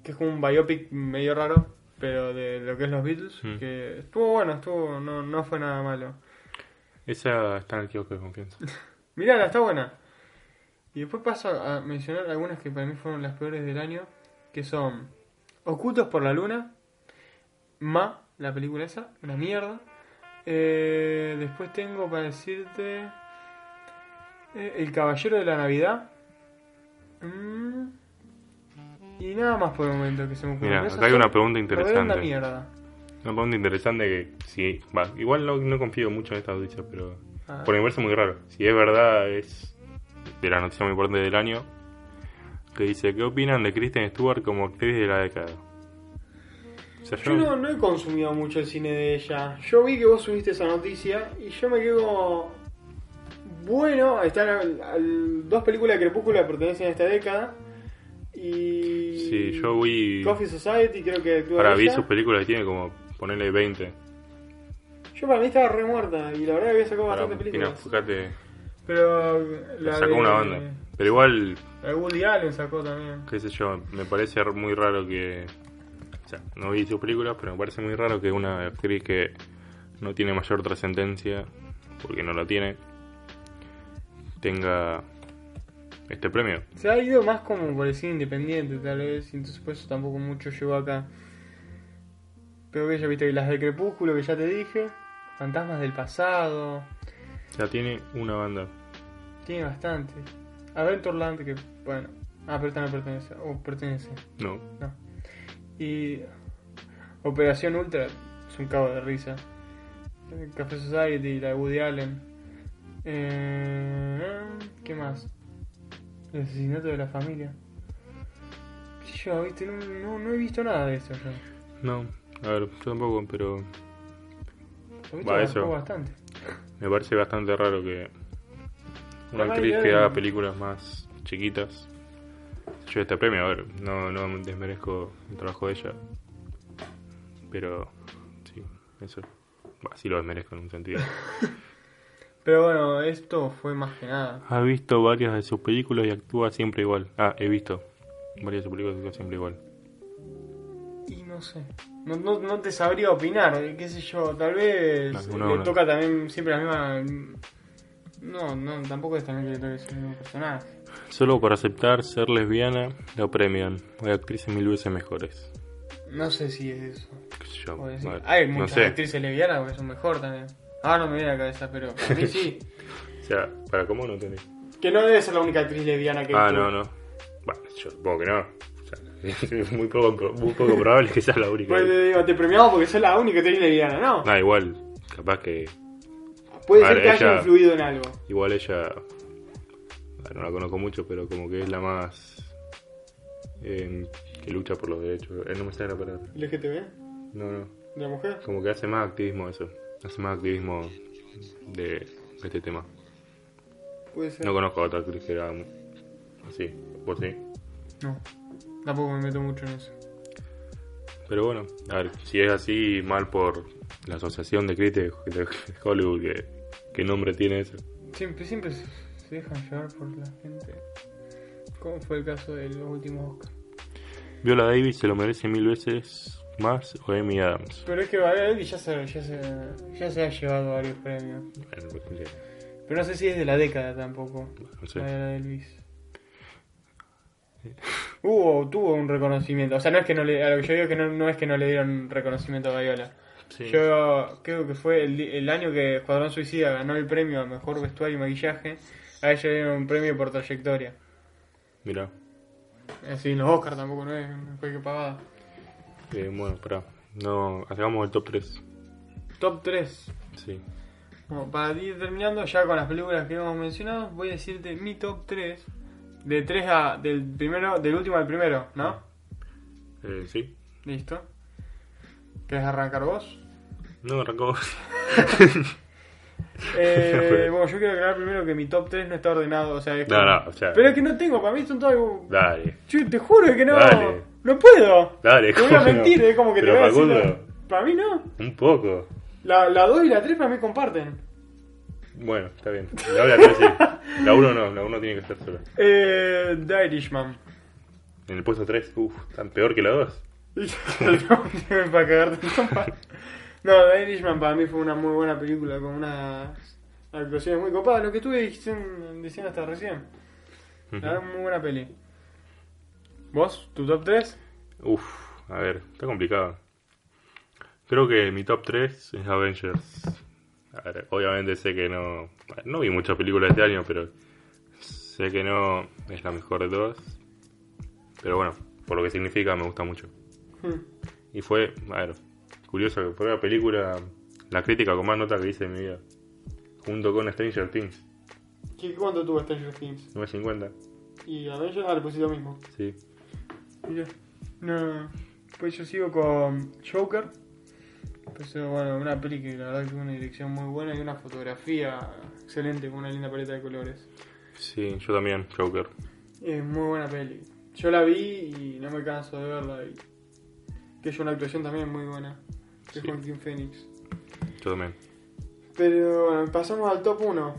Speaker 1: que es como un biopic medio raro, pero de lo que es los Beatles,
Speaker 2: Mm.
Speaker 1: que estuvo bueno, estuvo, no, no fue nada malo.
Speaker 2: Esa está en el kiosco de confianza.
Speaker 1: Mirala, está buena. Y después paso a mencionar algunas que para mí fueron las peores del año, que son Ocultos por la Luna, Ma, la película esa, una mierda. Eh, después tengo para decirte eh, El Caballero de la Navidad. Mm. y nada más por el momento que se me ocurre.
Speaker 2: Mira,
Speaker 1: Esas
Speaker 2: acá hay
Speaker 1: son
Speaker 2: una pregunta
Speaker 1: reverenda
Speaker 2: interesante.
Speaker 1: mierda.
Speaker 2: Una pregunta interesante que sí, va, igual no, no confío mucho en estas noticias, pero
Speaker 1: Ah,
Speaker 2: por el universo muy raro. Si es verdad, es de la noticia muy importante del año, que dice, ¿qué opinan de Kristen Stewart como actriz de la década? O sea,
Speaker 1: Yo no, no he consumido mucho el cine de ella. Yo vi que vos subiste esa noticia y yo me quedo como... Bueno, están al- al- dos películas de Crepúsculo que pertenecen a esta década. Y...
Speaker 2: Sí, yo vi...
Speaker 1: Coffee Society creo que actúa
Speaker 2: Para
Speaker 1: ella.
Speaker 2: vi sus películas y tiene como, ponerle 20.
Speaker 1: Yo para mí estaba re muerta y la verdad que había sacado
Speaker 2: Para,
Speaker 1: bastante
Speaker 2: mira,
Speaker 1: películas.
Speaker 2: fíjate,
Speaker 1: Pero la
Speaker 2: sacó
Speaker 1: de-
Speaker 2: una banda. Pero igual
Speaker 1: La de Woody Allen sacó también.
Speaker 2: qué sé yo, me parece r- muy raro que... O sea, no vi sus películas, pero me parece muy raro que una actriz que no tiene mayor trascendencia, porque no la tiene, tenga este premio.
Speaker 1: Se ha ido más como por el cine independiente, tal vez, y entonces por eso tampoco mucho llegó acá. Pero que ya viste las de Crepúsculo que ya te dije, Fantasmas del Pasado,
Speaker 2: O sea, tiene una banda.
Speaker 1: tiene bastante. Adventureland que, bueno, ah, pero esta no pertenece, o pertenece,
Speaker 2: No.
Speaker 1: no. Y Operación Ultra, es un cabo de risa. Eh, Café Society, la de Woody Allen. Eh, ¿Qué más? El asesinato de la familia. Qué sé Yo, viste, no, no, no he visto nada de eso yo.
Speaker 2: No. A ver, yo tampoco, pero
Speaker 1: Lo he
Speaker 2: Va,
Speaker 1: visto
Speaker 2: eso.
Speaker 1: bastante.
Speaker 2: me parece bastante raro que una
Speaker 1: Capaz
Speaker 2: actriz
Speaker 1: que
Speaker 2: que
Speaker 1: alguien-
Speaker 2: haga películas más chiquitas. Yo este premio, a ver, no, no desmerezco el trabajo de ella. Pero sí, eso. Bah, sí lo desmerezco en un sentido.
Speaker 1: Pero bueno, esto fue más que nada.
Speaker 2: ha visto varias de sus películas y actúa siempre igual. Ah, he visto varias de sus películas y actúa siempre igual.
Speaker 1: Y no sé. No, no, no te sabría opinar, eh, qué sé yo. Tal vez
Speaker 2: Alguna
Speaker 1: le
Speaker 2: hora.
Speaker 1: toca también siempre la misma. No, no, tampoco es también que le toque ser el mismo personaje.
Speaker 2: Solo por aceptar ser lesbiana, la premian. Hay actrices mil veces mejores.
Speaker 1: No sé si es eso.
Speaker 2: Qué sé yo,
Speaker 1: Puedo decir.
Speaker 2: a ver,
Speaker 1: Hay
Speaker 2: no
Speaker 1: muchas
Speaker 2: sé.
Speaker 1: actrices lesbianas que son mejor también. Ah, no me viene a la cabeza, pero a mí sí.
Speaker 2: O sea, ¿para cómo no tenés?
Speaker 1: que no debe ser la única actriz lesbiana que
Speaker 2: Ah,
Speaker 1: tuvo.
Speaker 2: no, no. Bueno, yo supongo que no. O sea, es muy poco, muy poco probable que sea la única.
Speaker 1: Pues te digo, te premiamos porque sos la única actriz lesbiana, ¿no?
Speaker 2: Ah, igual, capaz que.
Speaker 1: Puede
Speaker 2: a
Speaker 1: ser
Speaker 2: ver,
Speaker 1: que haya
Speaker 2: ella-
Speaker 1: influido en algo.
Speaker 2: Igual ella. ah, No la conozco mucho, pero como que es la más. eh, que lucha por los derechos. Eh, no me sale la palabra.
Speaker 1: LGTB,
Speaker 2: No, no.
Speaker 1: de la mujer.
Speaker 2: Como que hace más activismo eso. Hace más activismo de este tema.
Speaker 1: Puede ser.
Speaker 2: No conozco a otra actriz que era así, por sí.
Speaker 1: No, tampoco me meto mucho en eso.
Speaker 2: Pero bueno, a ver, si es así, mal por la asociación de críticos de Hollywood, que, qué nombre tiene eso.
Speaker 1: Siempre, siempre se se dejan llevar por la gente. Como fue el caso de los últimos Oscars.
Speaker 2: Viola Davis se lo merece mil veces más o Amy Adams.
Speaker 1: Pero es que Viola Davis ya se, ya, se, ya se ha llevado varios premios.
Speaker 2: Bueno, pues, no sé.
Speaker 1: Pero no sé si es de la década tampoco.
Speaker 2: No sé.
Speaker 1: Viola Davis. Hubo, tuvo un reconocimiento. O sea, no es que no le, a lo que yo digo es que no, no es que no le dieron reconocimiento a Viola.
Speaker 2: Sí.
Speaker 1: Yo creo que fue el, di- el año que Escuadrón Suicida ganó el premio a Mejor Vestuario y Maquillaje. A ella le dieron un premio por trayectoria.
Speaker 2: Mirá.
Speaker 1: Así, los Oscars tampoco, no es, no fue que pagada.
Speaker 2: Eh, bueno, pará. No, hagamos el top 3.
Speaker 1: Top 3.
Speaker 2: Sí.
Speaker 1: Bueno, para ir terminando ya con las películas que hemos mencionado, voy a decirte mi top 3. De 3 a. del primero, del último al primero, ¿no?
Speaker 2: Eh, sí.
Speaker 1: Listo. ¿Querés arrancar vos?
Speaker 2: No, arrancó.
Speaker 1: Eh, bueno, yo quiero aclarar primero que mi top 3 no está ordenado, o sea, es
Speaker 2: No,
Speaker 1: como-
Speaker 2: no, o sea-
Speaker 1: Pero es que no tengo, para mí son todas como-
Speaker 2: Dale.
Speaker 1: Yo te juro que no.
Speaker 2: Dale.
Speaker 1: No puedo.
Speaker 2: Dale,
Speaker 1: te voy
Speaker 2: ¿cómo
Speaker 1: a
Speaker 2: no?
Speaker 1: mentir, es como que
Speaker 2: Pero
Speaker 1: te voy a decir.
Speaker 2: Facundo.
Speaker 1: la- Para mí no.
Speaker 2: Un poco.
Speaker 1: La, la 2 y la 3 para mí comparten.
Speaker 2: Bueno, está bien. La hora 3 sí. La 1 no, la 1 tiene que estar sola.
Speaker 1: Eh, The Irishman.
Speaker 2: En el puesto 3, uff, tan peor que la 2.
Speaker 1: para cagarte en trompa. No, The Irishman para mí fue una muy buena película con unas actuaciones muy copadas. Lo que estuve dicien- diciendo hasta recién. La verdad, muy buena peli. ¿Vos? ¿Tu top 3?
Speaker 2: Uff, a ver, está complicado. Creo que mi top 3 es Avengers. A ver, obviamente sé que no. No vi muchas películas este año, pero sé que no es la mejor de todas. Pero bueno, por lo que significa, me gusta mucho.
Speaker 1: Hmm.
Speaker 2: Y fue, a ver, curioso que fue la película, la crítica con más nota que hice en mi vida. Junto con Stranger Things,
Speaker 1: ¿Qué, ¿Cuánto tuvo Stranger Things?
Speaker 2: 950.
Speaker 1: Y a Avengers ah, le pusiste lo mismo.
Speaker 2: Sí,
Speaker 1: Mira, no, pues yo sigo con Joker. Pues, eh, bueno, una peli que la verdad que tuvo una dirección muy buena y una fotografía excelente con una linda paleta de colores.
Speaker 2: sí, yo también, Joker.
Speaker 1: Es muy buena peli. Yo la vi y no me canso de verla. Y... Que es una actuación también muy buena de
Speaker 2: Sí.
Speaker 1: Joaquin Phoenix.
Speaker 2: Yo también.
Speaker 1: Pero bueno, pasamos al top 1.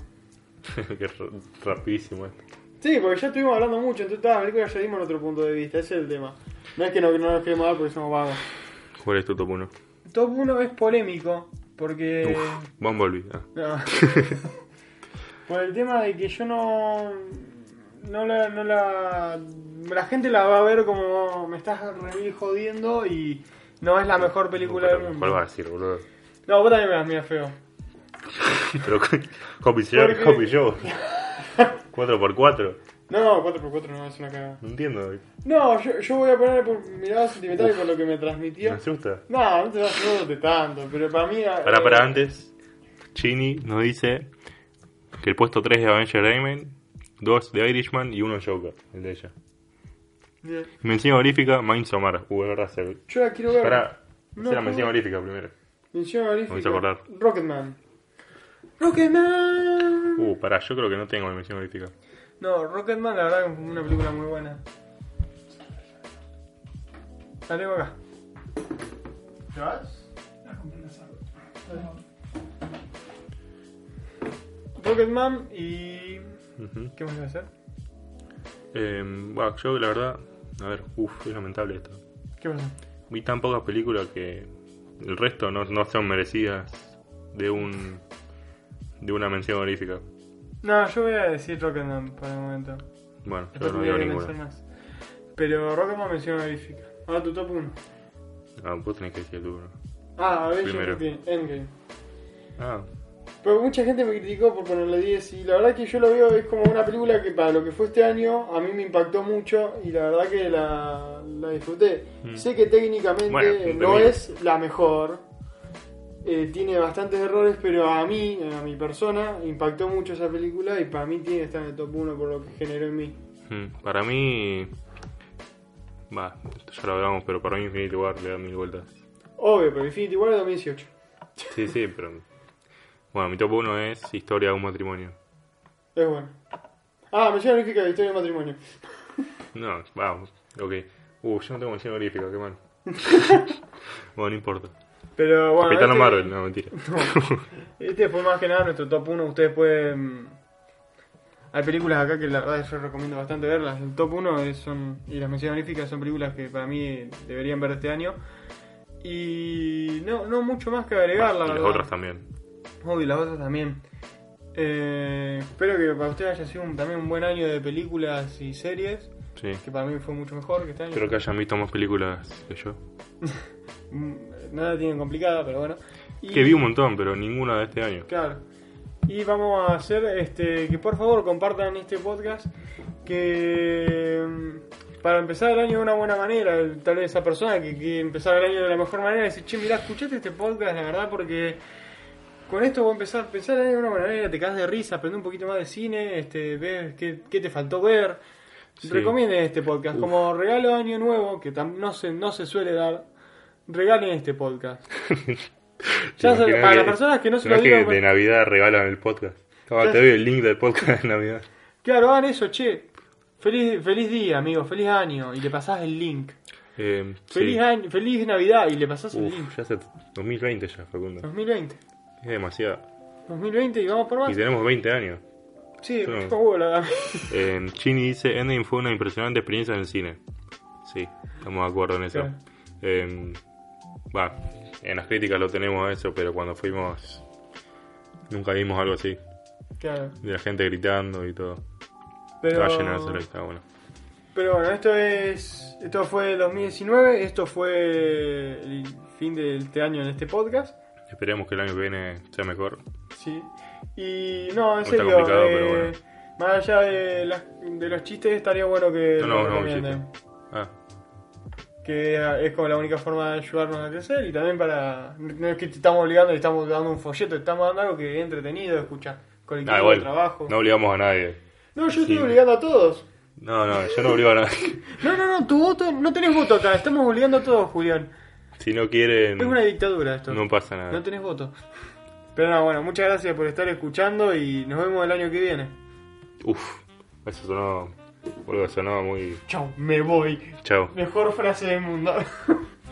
Speaker 2: Qué ra- rapidísimo esto.
Speaker 1: Sí, porque ya estuvimos hablando mucho, entonces toda la película ya dimos nuestro punto de vista, ese es el tema. No es que no, no nos queremos dar porque somos vagos.
Speaker 2: ¿Cuál es tu top 1?
Speaker 1: Top 1 es polémico, porque...
Speaker 2: Uf, Bumblebee. Ah,
Speaker 1: No. Por el tema de que yo no. No la. No la, la gente la va a ver como me estás re mil jodiendo y no es la mejor película del
Speaker 2: pero ¿Cuál vas a
Speaker 1: mundo.
Speaker 2: decir, boludo?
Speaker 1: No, vos también me las miras feo.
Speaker 2: Pero, Hoppy Shark,
Speaker 1: Porque-
Speaker 2: Hoppy Joe. 4x4.
Speaker 1: No, 4x4 no es una cagada.
Speaker 2: No entiendo,
Speaker 1: No, yo, yo voy a poner por mirada sentimental y por lo que me
Speaker 2: me
Speaker 1: transmitió.
Speaker 2: asusta.
Speaker 1: No, no te vas a de tanto, pero para mí. ah,
Speaker 2: Para, para, antes. Chini nos dice que el puesto 3 de Avenger Amen, 2 de Irishman y 1 Joker, el de ella.
Speaker 1: Bien.
Speaker 2: Mención honorífica, Mind Somara. Uh, es verdad, se...
Speaker 1: eh, Yo la quiero ver.
Speaker 2: Pará,
Speaker 1: No,
Speaker 2: esa era
Speaker 1: no.
Speaker 2: mención honorífica primero.
Speaker 1: Mención honorífica.
Speaker 2: Me hizo acordar.
Speaker 1: Rocketman. Rocketman.
Speaker 2: Uh, pará, yo creo que no tengo mención honorífica.
Speaker 1: No, Rocketman la verdad que fue una película muy buena. Salió acá. ¿Te vas? Rocketman y...
Speaker 2: Ujú.
Speaker 1: ¿Qué más iba a hacer?
Speaker 2: Eh, bah, yo la verdad, a ver, uff, es lamentable esto.
Speaker 1: ¿Qué pasó?
Speaker 2: Vi tan pocas películas que el resto no, no son merecidas de un de una mención honorífica.
Speaker 1: No, yo voy a decir Rocketman por el momento.
Speaker 2: Bueno, yo
Speaker 1: Después
Speaker 2: no
Speaker 1: voy a
Speaker 2: digo
Speaker 1: pensar
Speaker 2: ninguna.
Speaker 1: más. Pero Rocketman menciona honorífica. Ahora tu top 1.
Speaker 2: Ah, vos tenés que decir tú. ¿no?
Speaker 1: Ah,
Speaker 2: Primero.
Speaker 1: Avengers Endgame.
Speaker 2: Ah,
Speaker 1: Pero mucha gente me criticó por ponerle 10 y la verdad que yo lo veo es como una película que para lo que fue este año a mí me impactó mucho y la verdad que la, la disfruté.
Speaker 2: Mm.
Speaker 1: Sé que técnicamente
Speaker 2: Bueno,
Speaker 1: no
Speaker 2: también.
Speaker 1: es la mejor, eh, tiene bastantes errores, pero a mí, a mi persona, impactó mucho esa película y para mí tiene que estar en el top 1 por lo que generó en mí.
Speaker 2: mm, para mí Hmm, Va, esto ya lo hablamos, pero para mí Infinity War le da mil vueltas.
Speaker 1: Obvio, pero Infinity War es 2018.
Speaker 2: Sí, sí, pero. Bueno, mi top 1 es Historia de un matrimonio.
Speaker 1: Es bueno. Ah, mención honorífica de historia de matrimonio.
Speaker 2: No, vamos, ok. Uh, yo no tengo mención honorífica, qué mal. bueno, no importa.
Speaker 1: Pero bueno.
Speaker 2: Capitana
Speaker 1: este-
Speaker 2: Marvel, no, mentira.
Speaker 1: Este fue más que nada nuestro top 1. Ustedes pueden. Hay películas acá que la verdad yo recomiendo bastante verlas. El top 1 es- son. Y las menciones honoríficas son películas que para mí deberían ver este año. Y. No, no mucho más que agregar, la
Speaker 2: Ah, y las
Speaker 1: verdad.
Speaker 2: otras también.
Speaker 1: Oh, y las otras también. Eh, espero que para ustedes haya sido un- también un buen año de películas y series.
Speaker 2: Sí.
Speaker 1: Que para mí fue mucho mejor que este año.
Speaker 2: Espero que hayan visto más películas que yo.
Speaker 1: Mm, Nada tienen complicada, pero bueno. Y-
Speaker 2: Que vi un montón, pero ninguna de este año.
Speaker 1: Claro. Y vamos a hacer este que por favor compartan este podcast que mm, para empezar el año de una buena manera, el- tal vez esa persona que quiere empezar el año de la mejor manera, decir, che, mirá, escuchate este podcast, la verdad, porque con esto voy a empezar, pensar el año de una buena manera, te cagas de risa, aprende un poquito más de cine, este, ves qué, qué te faltó ver.
Speaker 2: Sí.
Speaker 1: Recomienden este podcast,
Speaker 2: Uf.
Speaker 1: como regalo de año nuevo, que tam- no se, no se suele dar, regalen este podcast. Ya se-
Speaker 2: Imagínate
Speaker 1: para las
Speaker 2: que-
Speaker 1: personas que no se lo
Speaker 2: es que
Speaker 1: dieron,
Speaker 2: de
Speaker 1: bueno.
Speaker 2: Navidad regalan el podcast. Ah,
Speaker 1: Ya
Speaker 2: te
Speaker 1: sé.
Speaker 2: doy el link del podcast de Navidad.
Speaker 1: Claro, hagan eso, che. Feliz, feliz día, amigo, feliz año. Y le pasás el link.
Speaker 2: Eh, sí.
Speaker 1: Feliz, año, feliz Navidad y le pasás el link.
Speaker 2: Uf, ya hace 2020 ya,
Speaker 1: Ah.
Speaker 2: Facundo.
Speaker 1: 2020.
Speaker 2: Es demasiado.
Speaker 1: 2020 y vamos por
Speaker 2: Y
Speaker 1: más.
Speaker 2: tenemos 20 años.
Speaker 1: Sí,
Speaker 2: Sí.
Speaker 1: me chupa huevo, la verdad.
Speaker 2: Eh, Chini dice, Endgame fue una impresionante experiencia en el cine. Sí, estamos de acuerdo en eso.
Speaker 1: Claro.
Speaker 2: Eh, Va, en las críticas lo tenemos eso, pero cuando fuimos nunca vimos algo así.
Speaker 1: Claro.
Speaker 2: De la gente gritando y todo.
Speaker 1: Pero,
Speaker 2: Estaba llena de celeste, está bueno.
Speaker 1: pero bueno, esto es. Esto fue el 2019. Esto fue el fin de este año en este podcast.
Speaker 2: Esperemos que el año que viene sea mejor.
Speaker 1: Sí. Y no, en
Speaker 2: Está
Speaker 1: serio.
Speaker 2: complicado,
Speaker 1: eh,
Speaker 2: pero bueno.
Speaker 1: Más allá de, las- de los chistes, estaría bueno que.
Speaker 2: No,
Speaker 1: lo
Speaker 2: no, no, un
Speaker 1: recomienden.
Speaker 2: chiste. Ah,
Speaker 1: que es como la única forma de ayudarnos a crecer y también para no es que te estamos obligando le estamos dando un folleto te estamos dando algo que es entretenido escuchar colectivo
Speaker 2: ah,
Speaker 1: de
Speaker 2: igual.
Speaker 1: trabajo
Speaker 2: No
Speaker 1: no,
Speaker 2: obligamos a nadie.
Speaker 1: yo estoy
Speaker 2: Sí.
Speaker 1: obligando a todos
Speaker 2: No, no, yo no obligo a nadie.
Speaker 1: no no no tu voto no tenés voto acá estamos obligando a todos Julián
Speaker 2: Si no quieren,
Speaker 1: es una dictadura esto
Speaker 2: Mm. no pasa nada.
Speaker 1: no tenés voto pero no bueno muchas gracias por estar escuchando y nos vemos el año que viene
Speaker 2: Uf, eso sonó. Boludo, sonó muy.
Speaker 1: chao me voy
Speaker 2: Chao.
Speaker 1: mejor frase del mundo